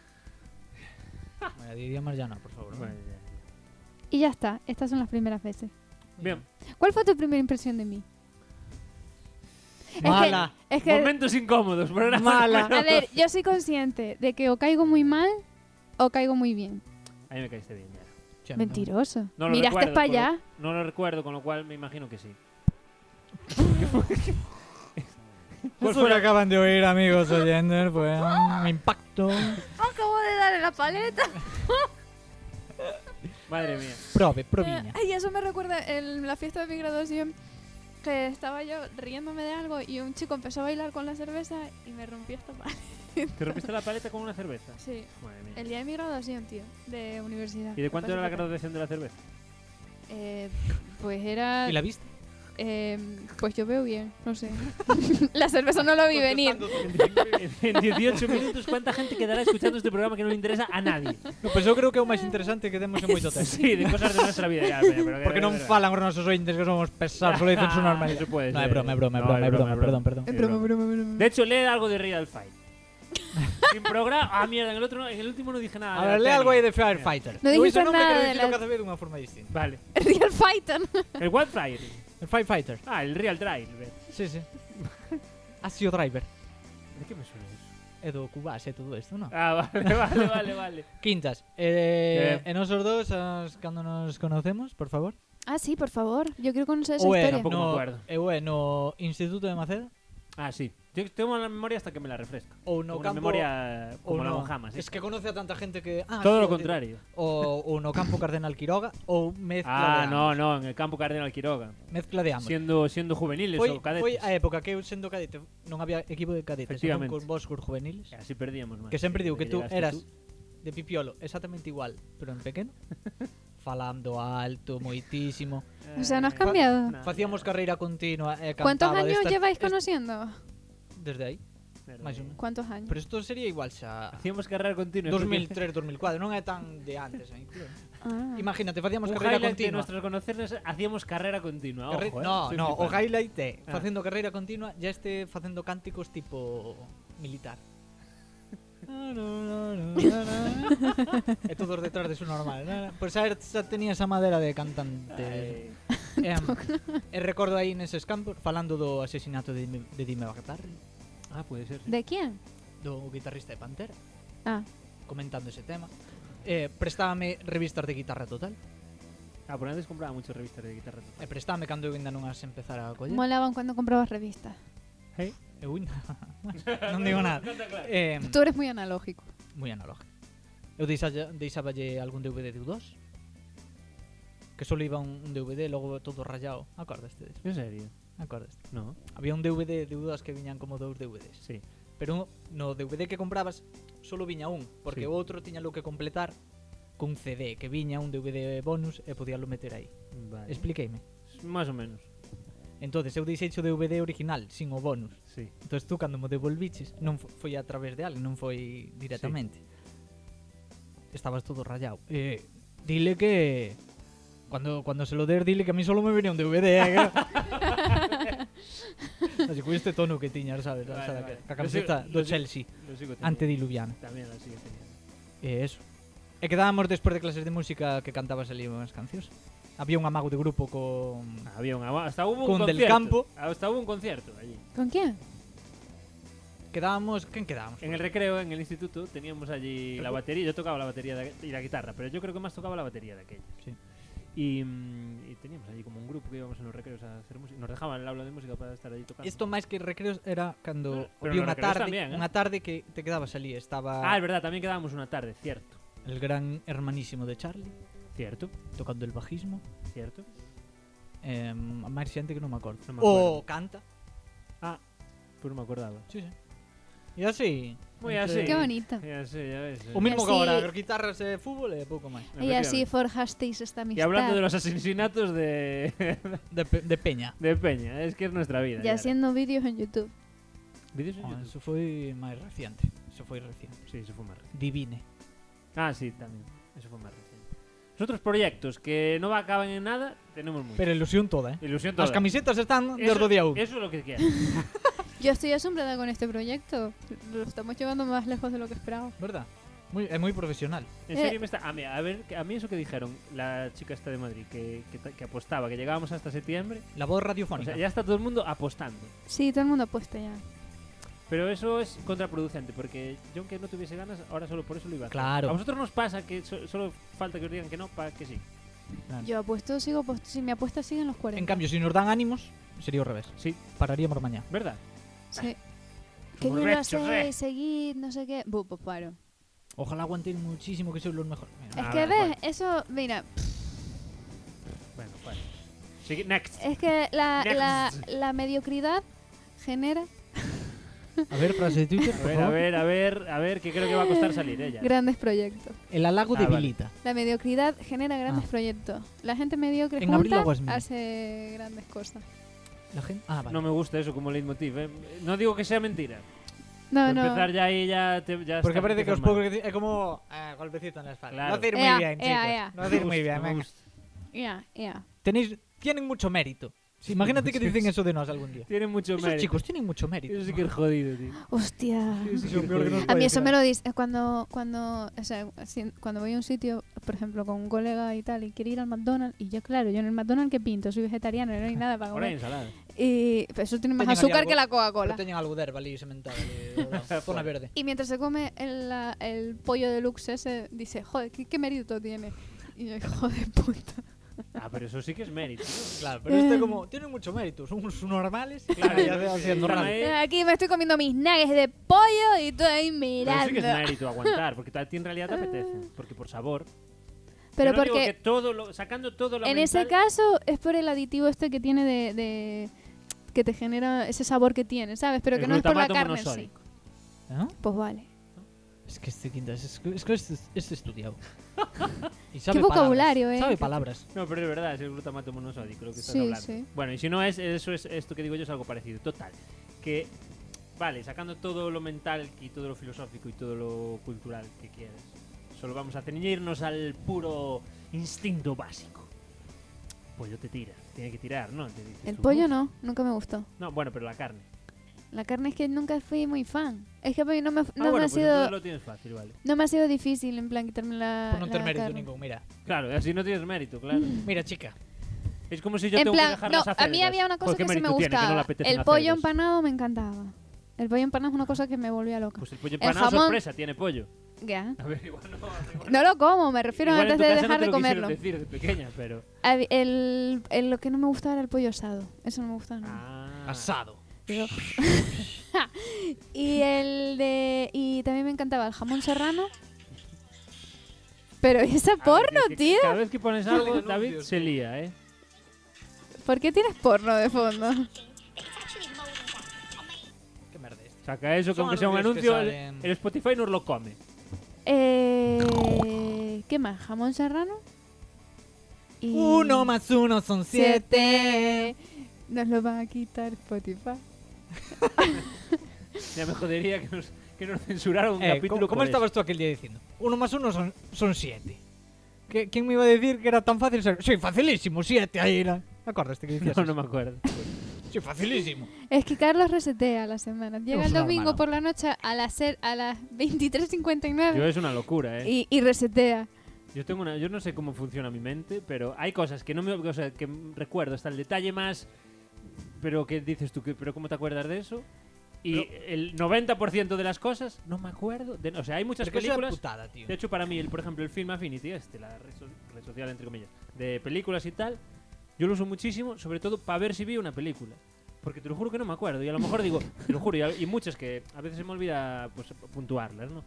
Speaker 5: Bueno, diría Mariana, por favor.
Speaker 4: Pues,
Speaker 5: ¿no?
Speaker 3: y ya está, estas son las primeras veces.
Speaker 4: Bien.
Speaker 3: ¿Cuál fue tu primera impresión de mí? Es que-
Speaker 5: Mala.
Speaker 3: Es que,
Speaker 4: Momentos incómodos, programa
Speaker 5: Mala.
Speaker 4: número-
Speaker 3: a ver, yo soy consciente de que o caigo muy mal o caigo muy bien.
Speaker 4: A mí me caíste bien, Yara.
Speaker 5: Che,
Speaker 3: Mentiroso.
Speaker 4: No lo
Speaker 3: Miraste
Speaker 4: recuerdo,
Speaker 3: para
Speaker 4: por lo-
Speaker 3: allá.
Speaker 4: No lo recuerdo, con lo cual me imagino que sí.
Speaker 5: Eso que acaban de oír, amigos oyentes, fue un impacto
Speaker 3: Ah, Acabo de darle la paleta.
Speaker 4: Madre mía.
Speaker 5: prove, provina.
Speaker 3: Ay, eso me recuerda en la fiesta de mi graduación que estaba yo riéndome de algo y un chico empezó a bailar con la cerveza y me rompió esta paleta.
Speaker 4: ¿Te rompiste la paleta con una cerveza?
Speaker 3: Sí.
Speaker 4: Madre mía.
Speaker 3: El día de mi graduación, tío, de universidad.
Speaker 4: ¿Y de cuánto
Speaker 3: Lo
Speaker 4: era la
Speaker 3: pasé fatal.
Speaker 4: graduación de la cerveza?
Speaker 3: Eh, pues era.
Speaker 5: ¿Y la viste?
Speaker 3: eh, pues yo veo bien, no sé. la cerveza no lo vi venir.
Speaker 4: en 18 minutos, ¿cuánta gente quedará escuchando este programa que no le interesa a nadie?
Speaker 5: No, pues eu creo que é o máis interesante que demos en moito tempo.
Speaker 4: Sí, de cosas de nuestra vida. Ya, pero, pero-
Speaker 5: Porque non
Speaker 4: pero-
Speaker 5: falan os nosos ointes que somos pesados, solo dicen su
Speaker 4: Ah, Eso
Speaker 5: normalidade.
Speaker 4: puede
Speaker 5: No, é
Speaker 4: ser.
Speaker 5: broma, é broma, é
Speaker 4: No,
Speaker 5: broma, é
Speaker 4: es
Speaker 5: broma,
Speaker 4: es
Speaker 5: perdón, perdón.
Speaker 4: Es broma. De hecho, lee algo de Real Fight. Sin programa. Ah, mierda, en el, otro no- en el último no dije nada.
Speaker 5: A
Speaker 4: de
Speaker 5: ver,
Speaker 4: la
Speaker 5: lee algo aí
Speaker 4: peli.
Speaker 5: de Firefighter.
Speaker 3: No
Speaker 5: Eu
Speaker 3: dijiste
Speaker 5: ese nombre
Speaker 3: nada
Speaker 5: quero
Speaker 3: de
Speaker 5: dicirlo
Speaker 3: las-
Speaker 5: cada vez dunha forma distinta.
Speaker 4: Vale.
Speaker 3: Real Fighter.
Speaker 4: El Wildfire.
Speaker 5: El Firefighter.
Speaker 4: Ah, el Real Trail.
Speaker 5: Sí, sí. Asio Driver.
Speaker 4: ¿De qué me suena eso?
Speaker 5: É do Cubase e todo isto, non?
Speaker 4: Ah, vale, vale, vale, vale.
Speaker 5: Quintas. Eh,
Speaker 4: Eh.
Speaker 5: e nosos dous, as, cando nos conocemos, por favor.
Speaker 3: Ah, sí, por favor. Yo quiero conocer esa
Speaker 5: Ou é
Speaker 3: historia.
Speaker 4: Tampoco me
Speaker 5: no,
Speaker 4: acuerdo.
Speaker 5: eu é no Instituto de Maceda
Speaker 4: Ah, sí. Yo tengo la memoria hasta que me la refresco.
Speaker 5: ou no
Speaker 4: Tengo una
Speaker 5: campo
Speaker 4: memoria
Speaker 5: ou
Speaker 4: como la
Speaker 5: no-
Speaker 4: Bonjama, sí.
Speaker 5: Es que conoce a tanta gente que ah,
Speaker 4: Todo lo
Speaker 5: sí, o de-
Speaker 4: contrario.
Speaker 5: o, o no campo Cardenal Quiroga ou
Speaker 4: Ah,
Speaker 5: mezcla de
Speaker 4: no,
Speaker 5: ambos.
Speaker 4: no, en el campo Cardenal Quiroga.
Speaker 5: Mezcla de ambos.
Speaker 4: Siendo, siendo juveniles
Speaker 5: foi,
Speaker 4: o cadetes.
Speaker 5: foi a época que eu sendo cadete non había equipo de cadetes, non
Speaker 4: Efectivamente.
Speaker 5: con vos cos juveniles.
Speaker 4: Y Así perdíamos más.
Speaker 5: Que sempre digo que tú
Speaker 4: llegaste
Speaker 5: eras de pipiolo exactamente igual, pero en pequeno. Falando alto, moitísimo.
Speaker 3: O sea, no has
Speaker 4: Eh,
Speaker 3: cambiado.
Speaker 4: nada.
Speaker 5: Facíamos carreira continua e
Speaker 3: ¿Cuántos
Speaker 5: cantaba
Speaker 3: años
Speaker 5: destas-
Speaker 3: lleváis
Speaker 5: est-
Speaker 3: conociendo?
Speaker 5: Desde aí.
Speaker 4: Pero,
Speaker 5: máis ou menos.
Speaker 3: ¿Cuántos años?
Speaker 5: Pero isto sería igual xa
Speaker 4: Hacíamos carrera continua.
Speaker 5: 2003, 2004, non é tan de antes, eh, incluso.
Speaker 3: Ah.
Speaker 5: Imagínate, facíamos
Speaker 4: Un
Speaker 5: carreira
Speaker 4: highlight de
Speaker 5: continua.
Speaker 4: nuestros conocernos hacíamos carrera continua.
Speaker 5: Carre-
Speaker 4: Ojo, eh.
Speaker 5: no,
Speaker 4: Estoy
Speaker 5: no, o
Speaker 4: flipando.
Speaker 5: highlight é
Speaker 4: Ah.
Speaker 5: facendo carreira continua, ya este facendo cánticos tipo militar. e todos detrás de su normal. Pois pues a ver, xa tenía esa madera de
Speaker 4: Eh,
Speaker 5: cantante. Em, eh, e recordo aí neses campos falando do asesinato de, Dime- de Dime Bartarri,
Speaker 4: Ah, puede ser. sí.
Speaker 3: ¿De quién?
Speaker 5: do guitarrista de Pantera,
Speaker 3: Ah,
Speaker 5: comentando ese tema. Eh, prestábame revistas de guitarra total.
Speaker 4: Ah, por antes compraba muchas revistas de guitarra.
Speaker 5: E prestábame cando eu ainda non as empezara a coller.
Speaker 3: molaban cuando comprabas revistas. ¿Eh?
Speaker 5: Hey. Eu ainda... non digo nada. Eh,
Speaker 3: Tú eres muy analógico.
Speaker 5: moi analógico. Eu deixalle, deixaballe algún DVD de U2 que só iba un, un DVD, logo todo rayado. Acordaste disso?
Speaker 4: ¿En serio?
Speaker 5: Acordaste.
Speaker 4: No,
Speaker 5: Había un DVD de U2 que viñan como dous DVDs.
Speaker 4: sí.
Speaker 5: Pero no DVD que comprabas solo viña un,
Speaker 4: Sí.
Speaker 5: porque o outro tiña lo que completar cun CD, que viña un DVD bonus e podíalo meter aí.
Speaker 4: Vale.
Speaker 5: Expliqueime.
Speaker 4: Más o menos,
Speaker 5: Entonces, eu deixei o DVD original, sin o bonus.
Speaker 4: sí.
Speaker 5: Entonces tú cando me devolviches non fo- foi a través de alguén, non foi directamente. Estabas todo rayado. Eh, dile que cuando cuando se lo des dile que a mí solo me venía un DVD. Eh, Así con este tono que tiñas, sabes,
Speaker 4: Vale,
Speaker 5: o sea,
Speaker 4: vale.
Speaker 5: que- que a
Speaker 4: Lo
Speaker 5: camiseta
Speaker 4: sigo-
Speaker 5: do
Speaker 4: lo sigo-
Speaker 5: Chelsea
Speaker 4: Lo sigo teniendo.
Speaker 5: antediluviana.
Speaker 4: También la sigo teniendo.
Speaker 5: E eso. E quedábamos despois de clases de música que cantabas ali unhas cancións. Había un amago de grupo con
Speaker 4: Había un agua- Hasta hubo un
Speaker 5: Con Del
Speaker 4: concierto.
Speaker 5: Campo.
Speaker 4: Hasta hubo un concierto allí.
Speaker 3: ¿Con quién?
Speaker 5: quedábamos, quen quedábamos?
Speaker 4: En el recreo, en el instituto, teníamos allí la batería. Yo tocaba la batería de- y la guitarra, pero yo creo que más tocaba la batería de aquella.
Speaker 5: Sí.
Speaker 4: Y, mm, y teníamos allí como un grupo que íbamos en los recreos a hacer música. Nos dejaban el aula de música para estar allí tocando.
Speaker 5: Isto máis que recreos era cando
Speaker 4: Ah, Pero
Speaker 5: había
Speaker 4: no
Speaker 5: unha
Speaker 4: recreos
Speaker 5: tarde,
Speaker 4: tamén, eh.
Speaker 5: unha tarde que te quedabas ali, estaba
Speaker 4: Ah, es verdad, también quedábamos una tarde, cierto.
Speaker 5: el gran hermanísimo de Charlie
Speaker 4: Cierto,
Speaker 5: tocando el bajismo,
Speaker 4: cierto.
Speaker 5: eh, máis xente que non me acordo.
Speaker 4: Non me
Speaker 5: O canta.
Speaker 4: Ah, pues no me acordaba.
Speaker 5: Sí, sí. E así.
Speaker 4: Muy
Speaker 5: entre-
Speaker 4: así.
Speaker 3: Qué bonito.
Speaker 4: Ya sé, ya ves.
Speaker 5: O mismo que
Speaker 3: Así-
Speaker 5: agora, guitarras e fútbol e pouco máis.
Speaker 3: Y así forjasteis esta amistad.
Speaker 4: Y hablando de los asesinatos de,
Speaker 5: De, pe de peña.
Speaker 4: de Peña, es que es nuestra vida.
Speaker 3: Y haciendo vídeos en YouTube.
Speaker 4: ¿Vídeos en
Speaker 5: Ah,
Speaker 4: YouTube?
Speaker 5: eso foi máis reciente. Eso foi reciente.
Speaker 4: Sí, eso fue más reciente.
Speaker 5: Divine.
Speaker 4: Ah, sí, también. Eso fue más reciente. Nosotros proyectos que no acaban en nada, tenemos mucho.
Speaker 5: Pero ilusión toda, eh.
Speaker 4: Ilusión toda.
Speaker 5: As camisetas están
Speaker 4: Eso-
Speaker 5: desde o día 1.
Speaker 4: Eso es lo que quiero.
Speaker 3: Yo estoy asombrada con este proyecto. Lo estamos llevando más lejos de lo que esperaba.
Speaker 5: ¿Verdad? Muy, es muy profesional.
Speaker 4: En
Speaker 3: Eh.
Speaker 4: serio me está... Ah, mira, a ver, que- a mí eso que dijeron la chica esta de Madrid, que, que, ta- que apostaba, que llegábamos hasta septiembre.
Speaker 5: La voz
Speaker 4: O
Speaker 5: radiofónica.
Speaker 4: sea, ya está todo el mundo apostando.
Speaker 3: Sí, todo el mundo apuesta ya.
Speaker 4: Pero eso es contraproducente, porque yo aunque no tuviese ganas, ahora solo por eso lo iba a hacer.
Speaker 5: Claro.
Speaker 4: A vosotros nos pasa que so- solo falta que os digan que no para que sí.
Speaker 3: Yo apuesto, sigo apuesto. Si mi apuesta sigue en los 40.
Speaker 5: En cambio, si nos dan ánimos, sería al revés.
Speaker 4: Sí,
Speaker 5: Pararíamos mañana.
Speaker 4: ¿verdad?
Speaker 3: Sí. Que
Speaker 4: Somos
Speaker 3: bien lo
Speaker 4: rechos,
Speaker 3: hacéis,
Speaker 4: eh.
Speaker 3: seguid, no sé qué. Bu, pues paro.
Speaker 5: Ojalá aguanten muchísimo que sois los mejores. Mira,
Speaker 3: Es
Speaker 4: Ah,
Speaker 3: que
Speaker 4: vale,
Speaker 3: ves, eso, mira,
Speaker 4: Bueno, bueno. Sigue- next.
Speaker 3: es que la,
Speaker 4: Next.
Speaker 3: la, la mediocridad genera
Speaker 5: A ver, frase de Twitter,
Speaker 4: A
Speaker 5: por
Speaker 4: ver, a
Speaker 5: favor.
Speaker 4: ver, a ver, a ver, que creo que va a costar salir eh, ella.
Speaker 3: grandes proyectos.
Speaker 5: El halago
Speaker 4: Ah, vale.
Speaker 5: debilita.
Speaker 3: La mediocridad genera grandes
Speaker 5: Ah.
Speaker 3: proyectos. La gente mediocre
Speaker 5: En abril
Speaker 3: junta
Speaker 5: aguas mil.
Speaker 3: hace grandes cosas.
Speaker 5: La gente. Ah, vale.
Speaker 4: No me gusta eso como leitmotiv, ¿eh? No digo que sea mentira.
Speaker 3: No,
Speaker 4: Por
Speaker 3: no.
Speaker 4: empezar ya ahí ya, te- ya
Speaker 5: Porque
Speaker 4: está-
Speaker 5: parece que os
Speaker 4: empiezas
Speaker 5: pongo
Speaker 4: mal.
Speaker 5: que es como eh, golpecito en la espalda.
Speaker 4: Claro.
Speaker 5: No hacéis muy
Speaker 3: Ea,
Speaker 5: bien,
Speaker 3: ea,
Speaker 5: chicos.
Speaker 3: ea.
Speaker 5: No hacéis
Speaker 4: Me
Speaker 5: muy
Speaker 4: gusta,
Speaker 5: bien,
Speaker 4: me
Speaker 5: venga.
Speaker 4: gusta.
Speaker 3: Ya, ya.
Speaker 5: Tenéis, tienen mucho mérito. Sí, imagínate que dicen eso de nos algún día.
Speaker 4: Tiene mucho
Speaker 5: Esos
Speaker 4: mérito.
Speaker 5: chicos tienen mucho mérito.
Speaker 4: Eso sí que es jodido, tío.
Speaker 3: Hostia.
Speaker 4: Eso sí que
Speaker 5: Yo
Speaker 4: es
Speaker 5: creo que no
Speaker 4: jodido.
Speaker 5: os
Speaker 3: A
Speaker 5: Puede
Speaker 3: mí eso
Speaker 5: ser.
Speaker 3: me lo dice cuando cuando o sea, si- cuando voy a un sitio, por ejemplo, con un colega y tal y quiere ir al McDonald's y yo claro, yo en el McDonald's que pinto, soy vegetariano, no hay nada para
Speaker 4: Ahora hay
Speaker 3: comer.
Speaker 4: ensalada.
Speaker 3: Y pues, eso tiene más
Speaker 5: Tenían ahí
Speaker 3: azúcar
Speaker 5: algo-
Speaker 3: que la
Speaker 5: Pero
Speaker 3: Coca-Cola.
Speaker 5: tenían algo de herba allí sementado. allí, Zona verde.
Speaker 3: Y mientras se come el, la- el pollo deluxe ese, dice, joder, ¿qué, qué mérito tiene? Y yo, hijo de puta.
Speaker 4: Ah, pero eso sí que es mérito.
Speaker 5: Claro, pero
Speaker 3: Eh.
Speaker 5: esto es como. Tienen mucho mérito. Son unos normales.
Speaker 4: Claro,
Speaker 5: ya
Speaker 4: sí,
Speaker 5: haciendo
Speaker 4: están
Speaker 5: normales.
Speaker 4: ahí. Eh.
Speaker 3: Aquí me estoy comiendo mis nuggets de pollo y tú ahí
Speaker 4: Pero eso sí que es
Speaker 3: mirando.
Speaker 4: mérito aguantar, porque a ti en realidad te apetece. Porque por sabor.
Speaker 3: Pero
Speaker 4: Yo no digo
Speaker 3: porque
Speaker 4: que todo lo- sacando todo lo
Speaker 3: en
Speaker 4: mental-
Speaker 3: ese caso es por el aditivo este que tiene de... de- que te genera ese sabor que tiene, ¿sabes? Pero
Speaker 4: el
Speaker 3: que no es por la
Speaker 4: glutamato
Speaker 3: carne en sí.
Speaker 4: monosódico.
Speaker 5: ¿Ah?
Speaker 3: Pues vale.
Speaker 5: Es que este quinta, es que, es que este, este estudiado. y
Speaker 3: Qué vocabulario,
Speaker 5: palabras,
Speaker 3: eh.
Speaker 5: Sabe
Speaker 3: Qué-
Speaker 5: palabras.
Speaker 4: No, pero es verdad, es el glutamato monosódico lo que estás
Speaker 3: Sí,
Speaker 4: hablando.
Speaker 3: sí.
Speaker 4: Bueno, y si no es, eso es esto que digo yo es algo parecido. Total. Que Vale, sacando todo lo mental y todo lo filosófico y todo lo cultural que quieras. Solo vamos a ceñirnos al puro instinto básico. Pollo te tira, tiene que tirar, ¿no? Te dices
Speaker 3: El
Speaker 4: tú. "Uh".
Speaker 3: pollo no, nunca me gustó.
Speaker 4: No, bueno, pero la carne.
Speaker 3: La carne es que nunca fui muy fan. Es que a mí no me, no
Speaker 4: ah, bueno,
Speaker 3: me ha
Speaker 4: pues
Speaker 3: sido
Speaker 4: entonces lo tienes fácil, vale.
Speaker 3: no me ha sido difícil en plan quitarme la,
Speaker 5: Por Pues no
Speaker 3: la
Speaker 5: tener mérito
Speaker 3: carne.
Speaker 5: ningún, mira.
Speaker 4: Claro, así no tienes mérito, claro.
Speaker 5: Mira, chica.
Speaker 4: Es como si yo
Speaker 3: Mm. en
Speaker 4: tengo
Speaker 3: plan,
Speaker 4: que dejar
Speaker 3: no,
Speaker 4: las
Speaker 3: a mí
Speaker 4: acelgas.
Speaker 3: había una cosa
Speaker 4: Joder,
Speaker 3: que
Speaker 4: ¿qué
Speaker 3: sí me
Speaker 4: mérito tiene que no le
Speaker 3: gustaba.
Speaker 4: apetecen
Speaker 3: el
Speaker 4: las
Speaker 3: pollo
Speaker 4: acelgas?
Speaker 3: empanado me encantaba. El pollo empanado es una cosa que me volvía loca.
Speaker 4: Pues el pollo empanado
Speaker 3: jamón-
Speaker 4: sorpresa tiene pollo.
Speaker 3: Ya.
Speaker 4: A ver, igual no. igual-
Speaker 3: No lo como, me refiero
Speaker 4: igual en
Speaker 3: antes
Speaker 4: tu
Speaker 3: de
Speaker 4: casa no
Speaker 3: dejar
Speaker 4: te
Speaker 3: de
Speaker 4: lo quisieron
Speaker 3: comerlo.
Speaker 4: decir de pequeña, pero.
Speaker 3: Hab- El, el- lo que no me gustaba era el pollo asado. Eso no me gustaba. nada.
Speaker 4: Ah.
Speaker 5: Asado.
Speaker 3: Pero- y el de y también me encantaba el jamón serrano. Pero ¿y esa
Speaker 4: A ver,
Speaker 3: porno,
Speaker 4: que- que
Speaker 3: tío?
Speaker 4: Cada vez que pones algo,
Speaker 5: Salen
Speaker 4: David
Speaker 5: anuncios.
Speaker 4: se lía, ¿eh?
Speaker 3: ¿Por qué tienes porno de fondo?
Speaker 5: Qué merda es.
Speaker 4: Saca eso, que
Speaker 5: Son
Speaker 4: aunque sea un
Speaker 5: anuncios que
Speaker 4: anuncio, el,
Speaker 5: salen.
Speaker 4: el Spotify nos lo come.
Speaker 3: Eh, ¿Qué más? ¿Jamón serrano? Y-
Speaker 5: Uno más uno son siete.
Speaker 3: siete. Nos lo va a quitar Spotify.
Speaker 4: Ya me jodería que nos, que nos censuraron un
Speaker 5: Eh,
Speaker 4: capítulo.
Speaker 5: ¿Cómo, cómo
Speaker 4: por
Speaker 5: estabas tú aquel día diciendo? Uno más uno son, son siete. ¿Qué- ¿Quién me iba a decir que era tan fácil? ser? Sí, facilísimo, siete ahí. era. ¿Acordaste que
Speaker 4: eso.
Speaker 5: decías?
Speaker 4: No,
Speaker 5: eso?
Speaker 4: no me acuerdo.
Speaker 5: Sí, facilísimo.
Speaker 3: Es que Carlos resetea las semanas. Llega
Speaker 5: Es
Speaker 3: el
Speaker 5: normal,
Speaker 3: domingo
Speaker 5: ¿no?
Speaker 3: por la noche a las, ser- a las
Speaker 4: Yo
Speaker 3: 23.59
Speaker 4: es una locura, ¿eh?
Speaker 3: y, y resetea.
Speaker 4: Yo tengo una, yo no sé cómo funciona mi mente, pero hay cosas que no me, o sea, que m- recuerdo hasta el detalle más, pero que dices tú, que, pero cómo te acuerdas de eso? Y el 90% de las cosas no me acuerdo, de- o sea, hay muchas
Speaker 5: Pero que es una
Speaker 4: películas.
Speaker 5: putada, tío.
Speaker 4: De hecho, para mí, el, por ejemplo, el Film Affinity, este, la red, so- red social entre comillas, de películas y tal, yo lo uso muchísimo, sobre todo para ver si vi una película. Porque te lo juro que no me acuerdo. Y a lo mejor digo, te lo juro, y, a- y muchas que a veces se me olvida pues, puntuarlas, ¿no?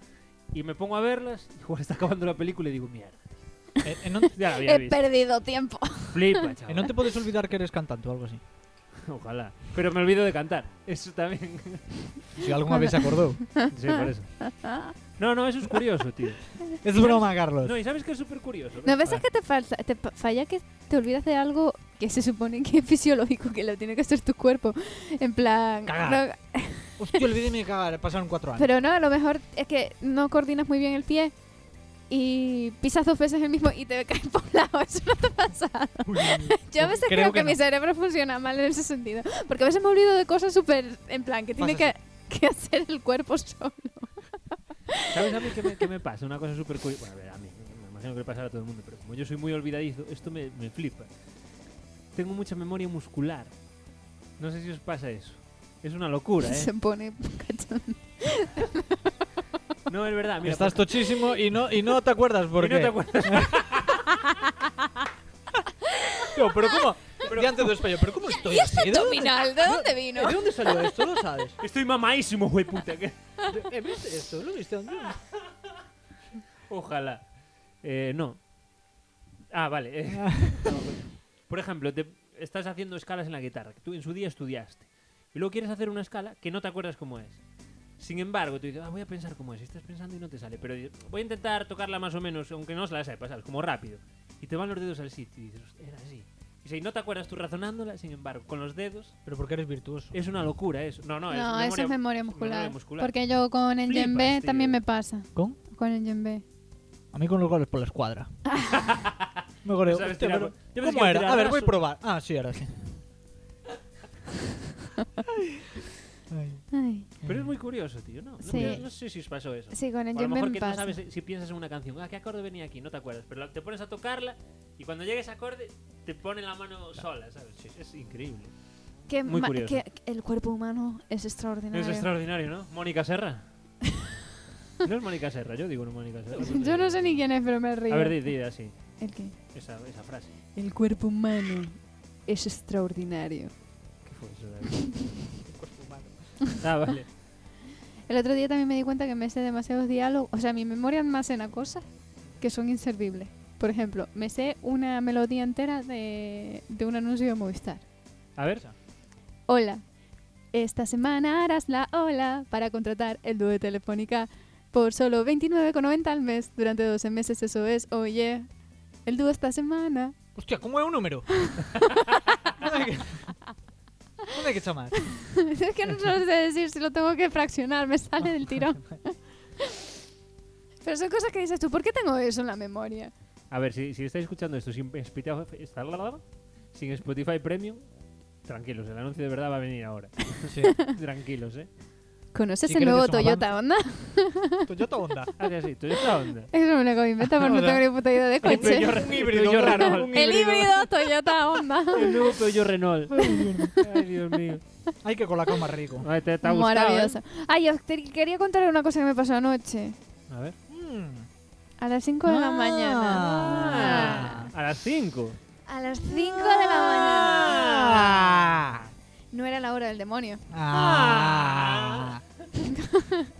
Speaker 4: Y me pongo a verlas, igual está acabando la película y digo, mierda.
Speaker 5: Eh, eh, no,
Speaker 4: Ya la había
Speaker 3: He
Speaker 4: visto.
Speaker 3: perdido tiempo.
Speaker 4: Flipa,
Speaker 5: eh,
Speaker 4: chaval.
Speaker 5: no te puedes olvidar que eres cantante o algo así.
Speaker 4: Ojalá. Pero me olvido de cantar. Eso también.
Speaker 5: Si alguna vez se acordó.
Speaker 4: sí, por eso. No, no, eso es curioso, tío.
Speaker 5: Es broma, Carlos.
Speaker 4: No, y sabes que es súper curioso.
Speaker 3: ¿No ves que te, falsa- te pa- falla que te olvidas de algo que se supone que es fisiológico, que lo tiene que hacer tu cuerpo? En plan...
Speaker 5: Cagar.
Speaker 3: no-
Speaker 5: Hostia, olvidéme de cagar. Pasaron cuatro años.
Speaker 3: pero no, a lo mejor es que no coordinas muy bien el pie y pisas dos veces el mismo y te caes por un lado. Eso no te pasa. Yo a veces creo,
Speaker 5: creo
Speaker 3: que,
Speaker 5: que
Speaker 3: mi
Speaker 5: no.
Speaker 3: cerebro funciona mal en ese sentido. Porque a veces me olvido de cosas súper... En plan, que tiene
Speaker 5: Pasa
Speaker 3: que, que hacer el cuerpo solo.
Speaker 4: ¿Sabes a mí qué me, qué me pasa? Una cosa súper curiosa. Bueno, a ver, a mí. Me imagino que le pasará a todo el mundo. Pero como yo soy muy olvidadizo, esto me, me flipa. Tengo mucha memoria muscular. No sé si os pasa eso. Es una locura,
Speaker 3: Se
Speaker 4: ¿eh?
Speaker 3: pone cachondo.
Speaker 4: No, es verdad. Mira,
Speaker 5: Estás tochísimo y no, y no te acuerdas por
Speaker 4: por- y no
Speaker 5: qué.
Speaker 4: te acuerdas.
Speaker 5: Tío, pero ¿cómo? Diante del espejo, ¿pero cómo estoy así? ¿De dónde,
Speaker 3: Abdominal, ¿de dónde vino?
Speaker 5: de dónde salió esto? ¿Lo sabes?
Speaker 4: Estoy mamadísimo, güey, puta. que-
Speaker 5: ¿Eh, ¿Viste esto? ¿Lo viste? ¿Dónde?
Speaker 4: Ojalá. Eh, no. Ah, vale. eh. Por ejemplo, te- estás haciendo escalas en la guitarra, que tú en su día estudiaste. Y luego quieres hacer una escala que no te acuerdas cómo es. Sin embargo, tú dices, ah, voy a pensar cómo es. Y estás pensando y no te sale. Pero dices, voy a intentar tocarla más o menos, aunque no se la sepas, ¿sabes? Como rápido. Y te van los dedos al sitio y dices, "Hostia, era así. Y si no te acuerdas tú razonándola, sin embargo, con los dedos,
Speaker 5: Pero porque eres virtuoso.
Speaker 4: es una locura eso. No, no, es
Speaker 3: No, eso es memoria muscular.
Speaker 4: muscular.
Speaker 3: Porque yo con el
Speaker 4: Flipas,
Speaker 3: djembe
Speaker 4: tío.
Speaker 3: también me pasa.
Speaker 5: ¿Con?
Speaker 3: Con el djembe.
Speaker 5: A mí con los goles por la escuadra. Me goleo.
Speaker 4: sabes
Speaker 5: Hostia,
Speaker 4: tirar
Speaker 5: pero-
Speaker 4: por- Yo pensé
Speaker 5: ¿Cómo
Speaker 4: que
Speaker 5: era?
Speaker 4: tirar
Speaker 5: A ver, voy a
Speaker 4: raso.
Speaker 5: probar. Ah, sí, ahora sí. Ay.
Speaker 3: Ay,
Speaker 4: Pero es muy curioso, tío, ¿no? No-
Speaker 3: Sí.
Speaker 4: No, sé si os pasó eso.
Speaker 3: sí, con el
Speaker 4: O a lo
Speaker 3: djembe
Speaker 4: mejor
Speaker 3: me
Speaker 4: que
Speaker 3: pasa.
Speaker 4: no sabes si- si piensas en una canción, ah, ¿qué acorde venía aquí? No te acuerdas, pero la- te pones a tocarla y cuando llegues a acorde te pone la mano sola, ¿sabes? Sí, Es increíble.
Speaker 3: Que
Speaker 4: Muy
Speaker 3: ma-
Speaker 4: curioso.
Speaker 3: que el cuerpo humano es extraordinario.
Speaker 4: Es extraordinario, ¿no? Mónica Serra. No es Mónica Serra, yo digo no Mónica Serra.
Speaker 3: Yo no sé ni quién es, pero me río.
Speaker 4: A ver, di, di así,
Speaker 3: ¿El qué?
Speaker 4: esa, esa frase.
Speaker 3: El cuerpo humano es extraordinario.
Speaker 4: ¿Qué fue eso, David? Ah, vale.
Speaker 3: El otro día también me di cuenta que me sé demasiados diálogos. O sea, mi memoria almacena cosas que son inservibles. Por ejemplo, me sé una melodía entera de, de un anuncio de Movistar.
Speaker 4: A ver.
Speaker 3: Hola. Esta semana harás la ola para contratar el dúo de Telefónica por solo 29,90 al mes durante 12 meses. Eso es, oye, el dúo esta semana.
Speaker 5: Hostia, ¿cómo es un número? Como é que chamar?
Speaker 3: es que no lo sé decir si lo tengo que fraccionar, me sale del tirón. Pero son cosas que dices tú, ¿por qué tengo eso en la memoria?
Speaker 4: A ver, si, si estáis escuchando esto sin Spotify, sin Spotify Premium, tranquilos, el anuncio de verdad va a venir ahora.
Speaker 5: Sí.
Speaker 4: Tranquilos, ¿eh?
Speaker 3: ¿Conoces
Speaker 5: Sí,
Speaker 3: el
Speaker 5: creo que
Speaker 3: nuevo
Speaker 5: es un
Speaker 3: Toyota Honda?
Speaker 5: Toyota Honda.
Speaker 4: Hace así, tú esta onda.
Speaker 3: Eso me lo acabo de inventar porque no
Speaker 5: Hola.
Speaker 3: tengo ni puta idea de coche.
Speaker 4: Peugeot Re- Peugeot Renault.
Speaker 3: El híbrido Toyota Honda.
Speaker 4: El nuevo Peugeot Renault. Ay, Dios mío.
Speaker 5: Hay que colar con más rico.
Speaker 4: Ay, te, te ha gustado,
Speaker 3: Maravilloso.
Speaker 5: ¿eh?
Speaker 3: Ay, os te- quería contar una cosa que me pasó anoche.
Speaker 4: ¿eh? A ver.
Speaker 5: Mm.
Speaker 3: A las 5 de la
Speaker 5: Ah.
Speaker 3: mañana.
Speaker 4: A las 5.
Speaker 3: A las 5 de la mañana.
Speaker 5: Ah.
Speaker 3: No era la hora del demonio.
Speaker 5: Ah.
Speaker 4: A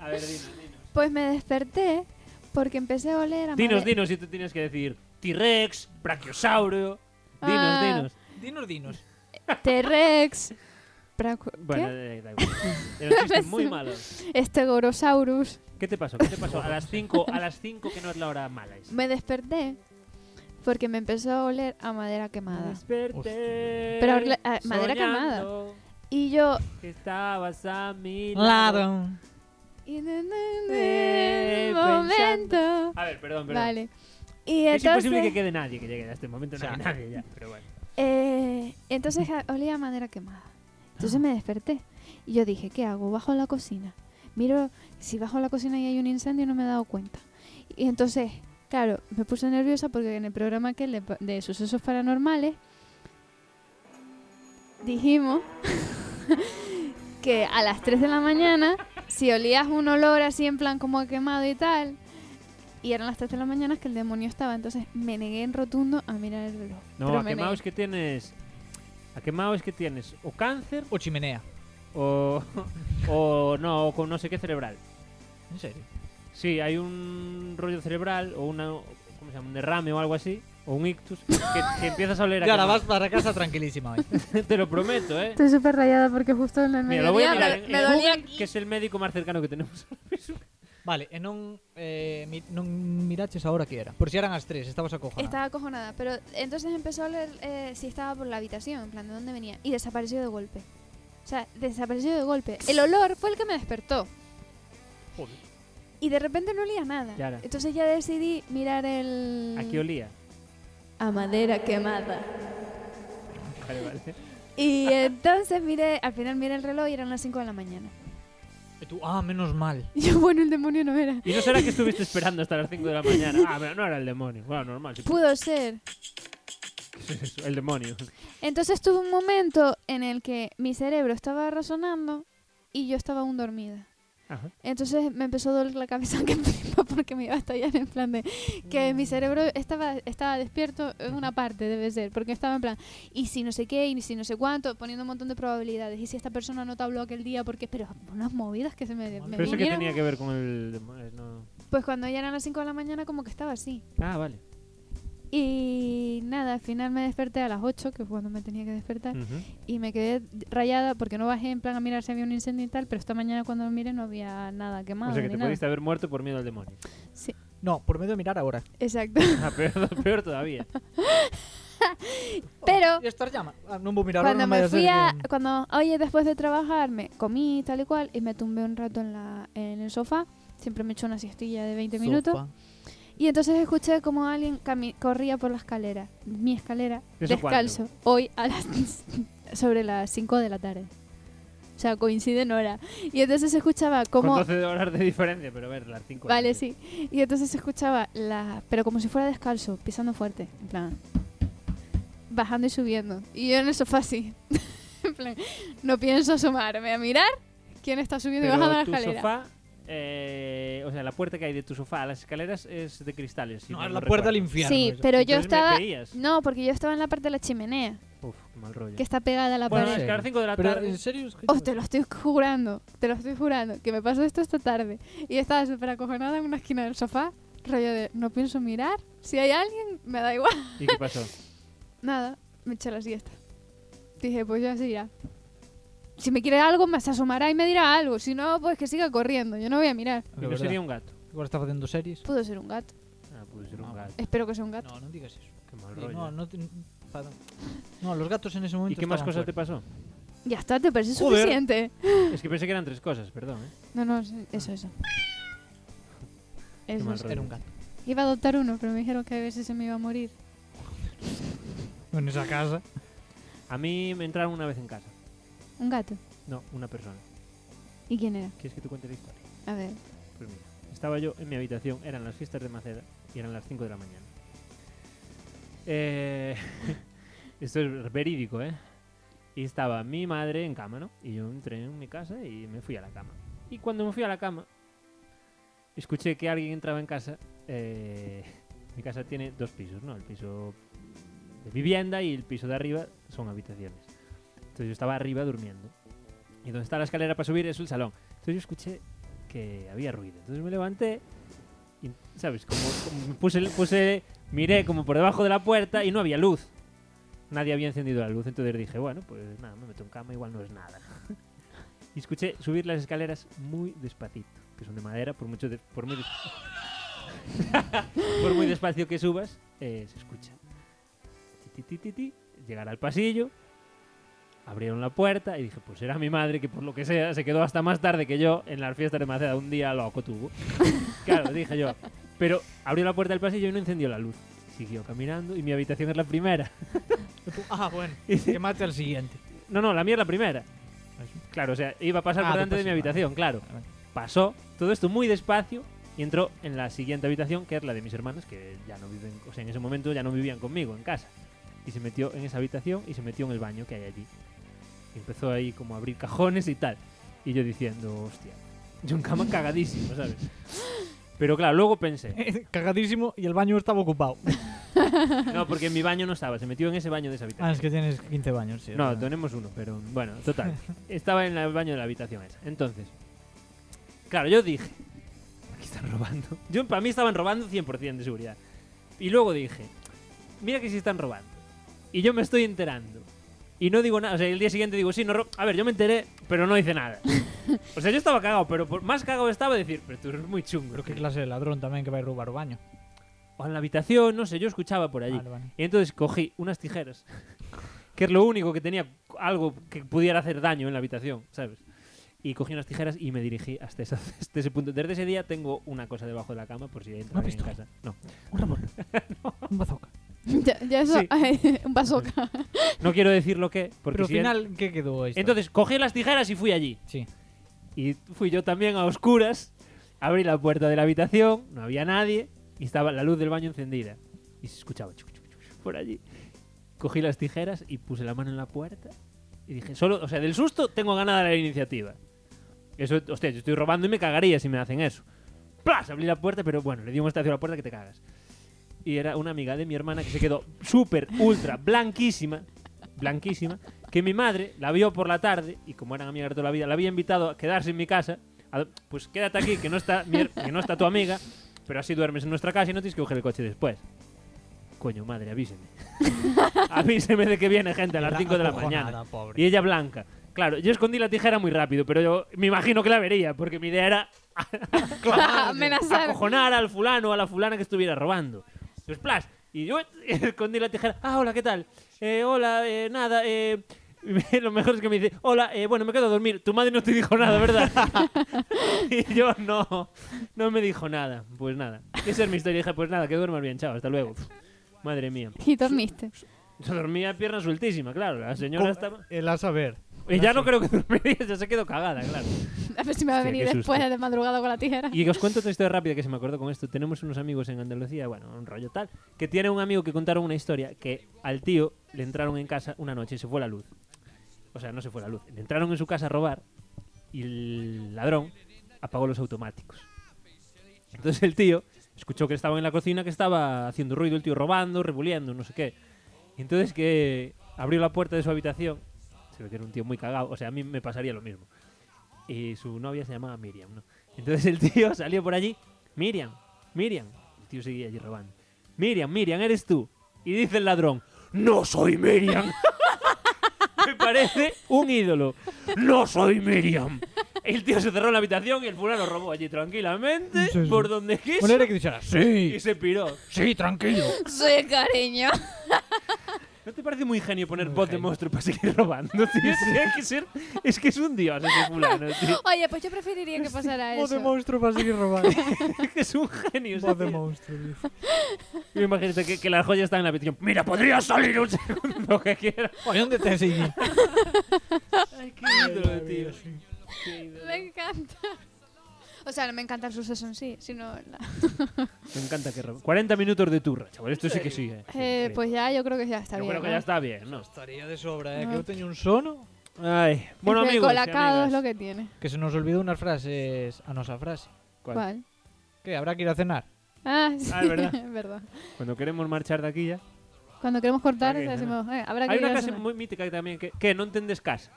Speaker 4: ver, dinos, dinos.
Speaker 3: Pues me desperté porque empecé a oler a
Speaker 4: Dinos,
Speaker 3: made-
Speaker 4: dinos si tú tienes que decir T-Rex, Brachiosaurio. Dinos,
Speaker 3: Ah.
Speaker 4: dinos.
Speaker 5: Dinos, dinos.
Speaker 3: T-Rex, braco-
Speaker 4: Bueno,
Speaker 3: ¿qué?
Speaker 4: eh, da igual. Era un chiste muy malo.
Speaker 3: Este Stegosaurus.
Speaker 4: ¿Qué te pasó? ¿Qué te pasó? A las 5, a las 5 que no es la hora mala. esa.
Speaker 3: Me desperté porque me empezó a oler a madera quemada.
Speaker 5: Ah.
Speaker 4: Desperté.
Speaker 3: Ah. Pero habla- a- madera
Speaker 4: soñando
Speaker 3: Y yo...
Speaker 4: Que estabas a mi lado.
Speaker 5: Claro.
Speaker 3: Y en el
Speaker 4: Eh,
Speaker 3: momento...
Speaker 4: A ver, perdón, perdón.
Speaker 3: Vale. Y
Speaker 4: Es imposible que
Speaker 3: entonces...
Speaker 4: quede nadie que llegue a este momento. No
Speaker 5: O sea.
Speaker 4: hay nadie ya, pero bueno.
Speaker 3: eh, entonces ja- olía a madera quemada. Entonces
Speaker 4: Ah.
Speaker 3: me desperté. Y yo dije, ¿qué hago? Bajo a la cocina. Miro, si bajo a la cocina y hay un incendio, no me he dado cuenta. Y entonces, claro, me puse nerviosa porque en el programa aquel de, pa- de sucesos paranormales dijimos que a las 3 de la mañana, si olías un olor así en plan como a quemado y tal, y eran las 3 de la mañana que el demonio estaba, entonces me negué en rotundo a mirar el reloj.
Speaker 4: No,
Speaker 3: Pero
Speaker 4: a
Speaker 3: me
Speaker 4: quemado
Speaker 3: negué.
Speaker 4: es que tienes. A quemado es que tienes o cáncer
Speaker 5: O chimenea.
Speaker 4: o. o no, o con no sé qué cerebral.
Speaker 5: En serio.
Speaker 4: Sí, hay un rollo cerebral o una. ¿Cómo se llama? Un derrame o algo así. O un ictus. Que, que empiezas a oler a.
Speaker 5: Y ahora
Speaker 4: quemado.
Speaker 5: vas para casa tranquilísima hoy.
Speaker 4: Te lo prometo, ¿eh?
Speaker 3: Estoy súper rayada porque justo en el
Speaker 4: Mira, lo voy a
Speaker 3: mediodía
Speaker 4: mirar
Speaker 3: me-
Speaker 4: en,
Speaker 3: me
Speaker 4: en
Speaker 3: dolía
Speaker 4: Google, que es el médico más cercano que tenemos.
Speaker 5: Vale, e non, eh, mi, non miraches a hora que era. Por si eran as tres, estabas acojonada.
Speaker 3: Estaba acojonada, pero entonces empezó a leer si estaba por la habitación, en plan, ¿de dónde venía? Y desapareció de golpe. O sea, desapareció de golpe. El olor fue el que me despertó.
Speaker 4: Joder.
Speaker 3: Y de repente no olía nada.
Speaker 4: Yara.
Speaker 3: Entonces ya decidí mirar el...
Speaker 4: Aquí olía.
Speaker 3: A madera quemada.
Speaker 4: Vale, vale.
Speaker 3: Y entonces miré, al final miré el reloj y eran las 5 de la mañana.
Speaker 5: E tú, ah, menos mal.
Speaker 3: Y yo, bueno, el demonio no era.
Speaker 4: ¿Y no será que estuviste esperando hasta las 5 de la mañana? Ah, pero no era el demonio. Bueno, normal. sí,
Speaker 3: Pudo ser.
Speaker 4: ¿qué es eso? El demonio.
Speaker 3: Entonces tuve un momento en el que mi cerebro estaba razonando y yo estaba aún dormida.
Speaker 4: Ajá.
Speaker 3: Entonces me empezó a doler la cabeza que flipa porque me iba a estallar en plan de que
Speaker 4: Mm.
Speaker 3: mi cerebro estaba, estaba despierto en una parte, debe ser, porque estaba en plan, y si no sé qué, y si no sé cuánto, poniendo un montón de probabilidades, y si esta persona no te habló aquel día, porque, pero unas movidas que se me, me
Speaker 4: Pero eso que
Speaker 3: vinieron,
Speaker 4: tenía que ver con el demonio. eh, No.
Speaker 3: pues cuando ya eran las 5 de la mañana como que estaba así.
Speaker 4: Ah, vale.
Speaker 3: Y nada, al final me desperté a las 8, que fue cuando me tenía que despertar,
Speaker 4: Ujú.
Speaker 3: y me quedé rayada porque no bajé en plan a mirar si había un incendio y tal, pero esta mañana cuando miré no había nada quemado.
Speaker 4: O sea que
Speaker 3: ni
Speaker 4: te
Speaker 3: nada.
Speaker 4: pudiste haber muerto por miedo al demonio.
Speaker 5: No, por medio de mirar ahora.
Speaker 3: Exacto.
Speaker 4: Ah, peor, peor todavía.
Speaker 3: Pero
Speaker 5: E estar llama. Ah, non vou mirar
Speaker 3: cuando
Speaker 5: ahora, non
Speaker 3: me
Speaker 5: vaya
Speaker 3: fui
Speaker 5: a...
Speaker 3: a,
Speaker 5: ser que-
Speaker 3: cuando, oye, después de trabajar, me comí tal y cual y me tumbé un rato en, la, en el sofá. Siempre me echo una siestilla de 20 minutos.
Speaker 5: Sopa.
Speaker 3: Y entonces escuché como alguien cami- corría por la escalera, mi escalera,
Speaker 4: ¿Eso
Speaker 3: descalzo, hoy a las, sobre las 5 de la tarde. O sea, coinciden hora. Y entonces se escuchaba como...
Speaker 4: Con 12 horas de diferencia, pero a ver, las 5.
Speaker 3: Vale, sí. Y entonces se escuchaba la... Pero como si fuera descalzo, pisando fuerte. En plan... Bajando y subiendo. Y yo en el sofá así. en plan... No pienso asomarme a mirar quién está subiendo y bajando la
Speaker 4: Pero tu
Speaker 3: escalera.
Speaker 4: sofá, eh, o sea, la puerta que hay de tu sofá a las escaleras es de cristales. si
Speaker 5: No,
Speaker 4: mal
Speaker 5: es la puerta al
Speaker 4: recuerdo.
Speaker 5: infierno.
Speaker 3: sí,
Speaker 5: eso.
Speaker 3: pero yo
Speaker 4: Entonces me
Speaker 3: estaba...
Speaker 4: veías.
Speaker 3: No, porque yo estaba en la parte de la chimenea,
Speaker 4: Uf, qué mal rollo.
Speaker 3: que está pegada a la
Speaker 4: Bueno,
Speaker 3: pared.
Speaker 4: es que a las 5 de la
Speaker 5: Pero,
Speaker 4: tarde.
Speaker 5: en serio, es que...
Speaker 3: Oh, te lo estoy jurando, te lo estoy jurando, que me pasó esto esta tarde. Y estaba súper acojonada en una esquina del sofá, rollo de, no pienso mirar, si hay alguien, me da igual.
Speaker 4: ¿Y qué pasó?
Speaker 3: Nada, me eché la siesta. Dije, pues ya se irá. Si me quiere algo, me se asomará y me dirá algo. Si no, pues que siga corriendo. Yo no voy a mirar.
Speaker 4: Y no sería un gato.
Speaker 5: Agora está facendo series.
Speaker 3: Pudo ser un gato.
Speaker 4: Ah, puede ser un
Speaker 5: No.
Speaker 4: gato.
Speaker 3: Espero que sea un gato.
Speaker 5: No, non digas eso.
Speaker 4: Qué mal
Speaker 5: Eh,
Speaker 4: rollo.
Speaker 5: No, no, te... perdón. no, los gatos en ese
Speaker 4: ¿Y
Speaker 5: momento
Speaker 4: qué más
Speaker 5: estaban
Speaker 4: cosas te
Speaker 5: fuera.
Speaker 4: pasó?
Speaker 3: Ya está, ¿te parece
Speaker 4: Joder.
Speaker 3: suficiente?
Speaker 4: Es que pensé que eran tres cosas, perdón, ¿eh?
Speaker 3: No, no, sí, eso, eso. Eso,
Speaker 4: mal
Speaker 3: eso.
Speaker 4: rollo.
Speaker 5: Era un gato.
Speaker 3: Iba a adoptar uno, pero me dijeron que a veces se me iba a morir.
Speaker 5: En esa casa.
Speaker 4: A mí me entraron una vez en casa.
Speaker 3: Un gato.
Speaker 4: No, una persona.
Speaker 3: ¿Y quién era?
Speaker 4: ¿Quieres que te cuente la historia?
Speaker 3: A ver.
Speaker 4: Pues mira, estaba yo en mi habitación, eran las fiestas de Maceda y eran las 5 de la mañana. Eh, esto es verídico, ¿eh? Y estaba mi madre en cama, ¿no? Y yo entré en mi casa y me fui a la cama. Y cuando me fui a la cama, escuché que alguien entraba en casa. eh, mi casa tiene dos pisos, ¿no? El piso de vivienda y el piso de arriba son habitaciones. Entonces yo estaba arriba durmiendo. Y donde está la escalera para subir es el salón. Entonces yo escuché que había ruido. Entonces me levanté y, ¿sabes? Como, como puse, puse, miré como por debajo de la puerta y no había luz. Nadie había encendido la luz, entonces dije, bueno, pues nada, me meto en cama, igual no es nada. Y escuché subir las escaleras muy despacito, que son de madera, por mucho de- por muy, des- por muy despacio que subas, eh, se escucha. Ti, ti, ti, ti, ti. Llegar al pasillo, abrieron la puerta y dije, pues era mi madre que por lo que sea se quedó hasta más tarde que yo en las fiestas de Maceda. Un día loco tuvo. claro, dije yo. Pero abrió la puerta del pasillo y no encendió la luz. Siguió caminando y mi habitación es la primera.
Speaker 5: Ah, bueno. que mate al siguiente.
Speaker 4: No, no, la mía es la primera. Claro, o sea, iba a pasar
Speaker 5: Ah,
Speaker 4: por
Speaker 5: tú
Speaker 4: delante de mi
Speaker 5: pasas,
Speaker 4: habitación, claro.
Speaker 5: Vale.
Speaker 4: Pasó todo esto muy despacio y entró en la siguiente habitación, que es la de mis hermanas, que ya no viven, o sea, en ese momento ya no vivían conmigo en casa. Y se metió en esa habitación y se metió en el baño que hay allí. Y empezó ahí como a abrir cajones y tal. Y yo diciendo, hostia, yo en cama cagadísimo, ¿sabes? Pero claro, luego pensé,
Speaker 5: Cagadísimo y el baño estaba ocupado.
Speaker 4: no, porque en mi baño no estaba, se metió en ese baño de esa habitación.
Speaker 5: Ah, es que tienes 15 baños, sí. es
Speaker 4: No,
Speaker 5: verdad.
Speaker 4: tenemos uno, pero bueno, total. Estaba en el baño de la habitación esa. Entonces, claro, yo dije, aquí están robando. Yo, para mí estaban robando 100% de seguridad. Y luego dije, mira que sí están robando. Y yo me estoy enterando. Y no digo nada, o sea, el día siguiente digo, sí, no ro- A ver, yo me enteré, pero no hice nada. O sea, yo estaba cagado, pero por- más cagado estaba decir, pero tú eres muy chungo.
Speaker 5: Pero qué clase de ladrón también que va a robar o baño.
Speaker 4: O en la habitación, no sé, yo escuchaba por allí.
Speaker 5: Vale, vale.
Speaker 4: Y entonces cogí unas tijeras, que es lo único que tenía algo que pudiera hacer daño en la habitación, ¿sabes? Y cogí unas tijeras y me dirigí hasta, esa- hasta ese punto. Desde ese día tengo una cosa debajo de la cama por si entra
Speaker 5: Una
Speaker 4: alguien en
Speaker 5: pistola.
Speaker 4: casa. No,
Speaker 5: Un Ramón. Un bazooka.
Speaker 3: Ya, ya eso.
Speaker 4: Sí.
Speaker 3: un bazooka.
Speaker 4: no quiero decir lo que, porque
Speaker 5: Pero al
Speaker 4: si en-
Speaker 5: final, ¿qué quedó esto?
Speaker 4: Entonces cogí las tijeras y fui allí.
Speaker 5: Sí.
Speaker 4: Y fui yo también a oscuras. Abrí la puerta de la habitación, no había nadie y estaba la luz del baño encendida. Y se escuchaba chuc, chuc, chuc, por allí. Cogí las tijeras y puse la mano en la puerta y dije, solo, o sea, del susto tengo ganada la iniciativa. Eso, hostia, yo estoy robando y me cagaría si me hacen eso. ¡Plas! Abrí la puerta, pero bueno, le di un estacio a la puerta que te cagas. Y era una amiga de mi hermana que se quedó súper, ultra, blanquísima, blanquísima, que mi madre la vio por la tarde y como eran amigas de toda la vida, la había invitado a quedarse en mi casa. a- pues quédate aquí, que no, está, mi her- que no está tu amiga, pero así duermes en nuestra casa y no tienes que coger el coche después. Coño, madre, avíseme. avíseme de que viene gente a las 5 de la mañana.
Speaker 5: Acojonada, pobre.
Speaker 4: Y ella blanca. Claro, yo escondí la tijera muy rápido, pero yo me imagino que la vería, porque mi idea era
Speaker 3: Amenazar.
Speaker 4: acojonar al fulano o a la fulana que estuviera robando. Entonces, plas, y yo escondí la tijera. Ah, hola, ¿qué tal? Eh, hola, eh, nada, eh... Lo mejor es que me dice, hola, eh, bueno, me quedo a dormir. Tu madre no te dijo nada, ¿verdad? y yo, no, no me dijo nada. Pues nada, esa es mi historia, hija. Pues nada, que duermas bien, chao, hasta luego. Pf, Madre mía.
Speaker 3: Y dormiste.
Speaker 4: Yo dormía pierna sueltísima, claro. La señora
Speaker 5: ¿Cómo-
Speaker 4: estaba...
Speaker 5: El a saber.
Speaker 4: Y ya no
Speaker 5: Sí.
Speaker 4: creo que dormiría, ya se quedó cagada, claro.
Speaker 3: A ver si me va a
Speaker 4: Hostia,
Speaker 3: venir
Speaker 4: qué
Speaker 3: después
Speaker 4: susto.
Speaker 3: de madrugada con la tijera.
Speaker 4: Y os cuento otra historia rápida que se me acordó con esto. Tenemos unos amigos en Andalucía, bueno, un rollo tal, que tiene un amigo que contaron una historia que al tío le entraron en casa una noche y se fue la luz. O sea, no se fue la luz. Le entraron en su casa a robar y el ladrón apagó los automáticos. Entonces el tío escuchó que estaban en la cocina, que estaba haciendo ruido el tío robando, rebuliendo, no sé qué. Y entonces que abrió la puerta de su habitación. Se ve que era un tío muy cagado. O sea, a mí me pasaría lo mismo. Y su novia se llamaba Miriam, ¿no? Entonces el tío salió por allí. Miriam, Miriam. El tío seguía allí robando. Miriam, Miriam, eres tú. Y dice el ladrón, no soy Miriam. Me parece un ídolo. No soy Miriam. El tío se cerró en la habitación y el fulano robó allí tranquilamente,
Speaker 5: Sí, sí.
Speaker 4: por donde quiso,
Speaker 5: Bueno, era que dijera, sí,
Speaker 4: y se piró.
Speaker 5: sí, tranquilo.
Speaker 3: Soy el cariño.
Speaker 4: ¿No te parece muy genio poner
Speaker 5: Muy
Speaker 4: bot de
Speaker 5: genio.
Speaker 4: monstruo para seguir robando, tío? Sí, hay que ser... Es que es un dios ese fulano, tío.
Speaker 3: Oye, pues yo preferiría que pasara
Speaker 5: Bot de
Speaker 3: eso.
Speaker 5: monstruo para seguir robando.
Speaker 4: Es que es un genio. ese
Speaker 5: Bot de
Speaker 4: tío.
Speaker 5: monstruo, tío.
Speaker 4: Y Imagínate que, que las joyas están en la petición. Mira, podría salir un segundo que quiera.
Speaker 5: Oye, ¿dónde te enseñé?
Speaker 4: Ay, qué ídolo, tío. Qué ídolo.
Speaker 3: Me encanta. O sea, no me encanta el suceso en sí, sino... la-
Speaker 4: Me encanta que robe. 40 minutos de turra, chaval. Esto sí que sí, eh.
Speaker 3: Eh, pues ya, yo creo que ya está
Speaker 4: Yo
Speaker 3: bien.
Speaker 4: creo que
Speaker 3: ¿no?
Speaker 4: ya está bien, ¿no?
Speaker 5: Estaría de sobra, eh, que
Speaker 3: No.
Speaker 5: eu teño un sono
Speaker 4: Ay. Bueno,
Speaker 3: Es que el
Speaker 4: amigos. y
Speaker 3: Este, colacao es
Speaker 4: amigas.
Speaker 3: lo que tiene.
Speaker 5: que se nos olvidou unas frases, a nosa frase.
Speaker 4: ¿Cuál?
Speaker 3: ¿Cuál?
Speaker 5: Que habrá que ir a cenar.
Speaker 3: Ah, sí,
Speaker 4: Ah, es verdad.
Speaker 3: es verdad.
Speaker 4: Cuando queremos marchar de aquí ya.
Speaker 3: Cuando queremos cortar,
Speaker 4: Habrá que-
Speaker 3: decimos, eh, habrá que
Speaker 4: Hay
Speaker 3: ir a
Speaker 4: una frase
Speaker 3: cenar.
Speaker 4: muy mítica que también que, que no entendes casa.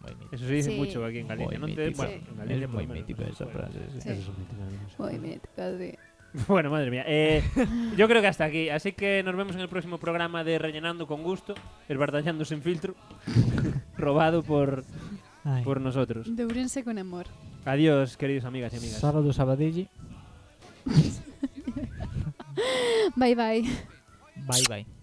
Speaker 5: Moi mítico.
Speaker 4: Eso se dice
Speaker 3: Sí.
Speaker 4: mucho aquí en Galicia.
Speaker 5: Muy
Speaker 4: no te,
Speaker 5: mítico.
Speaker 4: bueno,
Speaker 3: Sí.
Speaker 4: en Galicia
Speaker 5: es
Speaker 4: por
Speaker 5: moi
Speaker 4: lo menos,
Speaker 5: mítico
Speaker 4: ¿no?
Speaker 5: esa
Speaker 4: Bueno.
Speaker 5: frase. Sí.
Speaker 3: Sí.
Speaker 4: Eso es mítico, no sé.
Speaker 3: Muy mítico, sí.
Speaker 4: Bueno, madre mía. Eh, yo creo que hasta aquí. Así que nos vemos en el próximo programa de Rellenando con Gusto, Esbardañando sin filtro, robado por,
Speaker 5: Ai.
Speaker 4: por nosotros.
Speaker 3: De Ourense con amor.
Speaker 4: Adiós, queridos amigas y amigas.
Speaker 5: Sábado sabadelle.
Speaker 3: Bye, bye.
Speaker 5: Bye bye.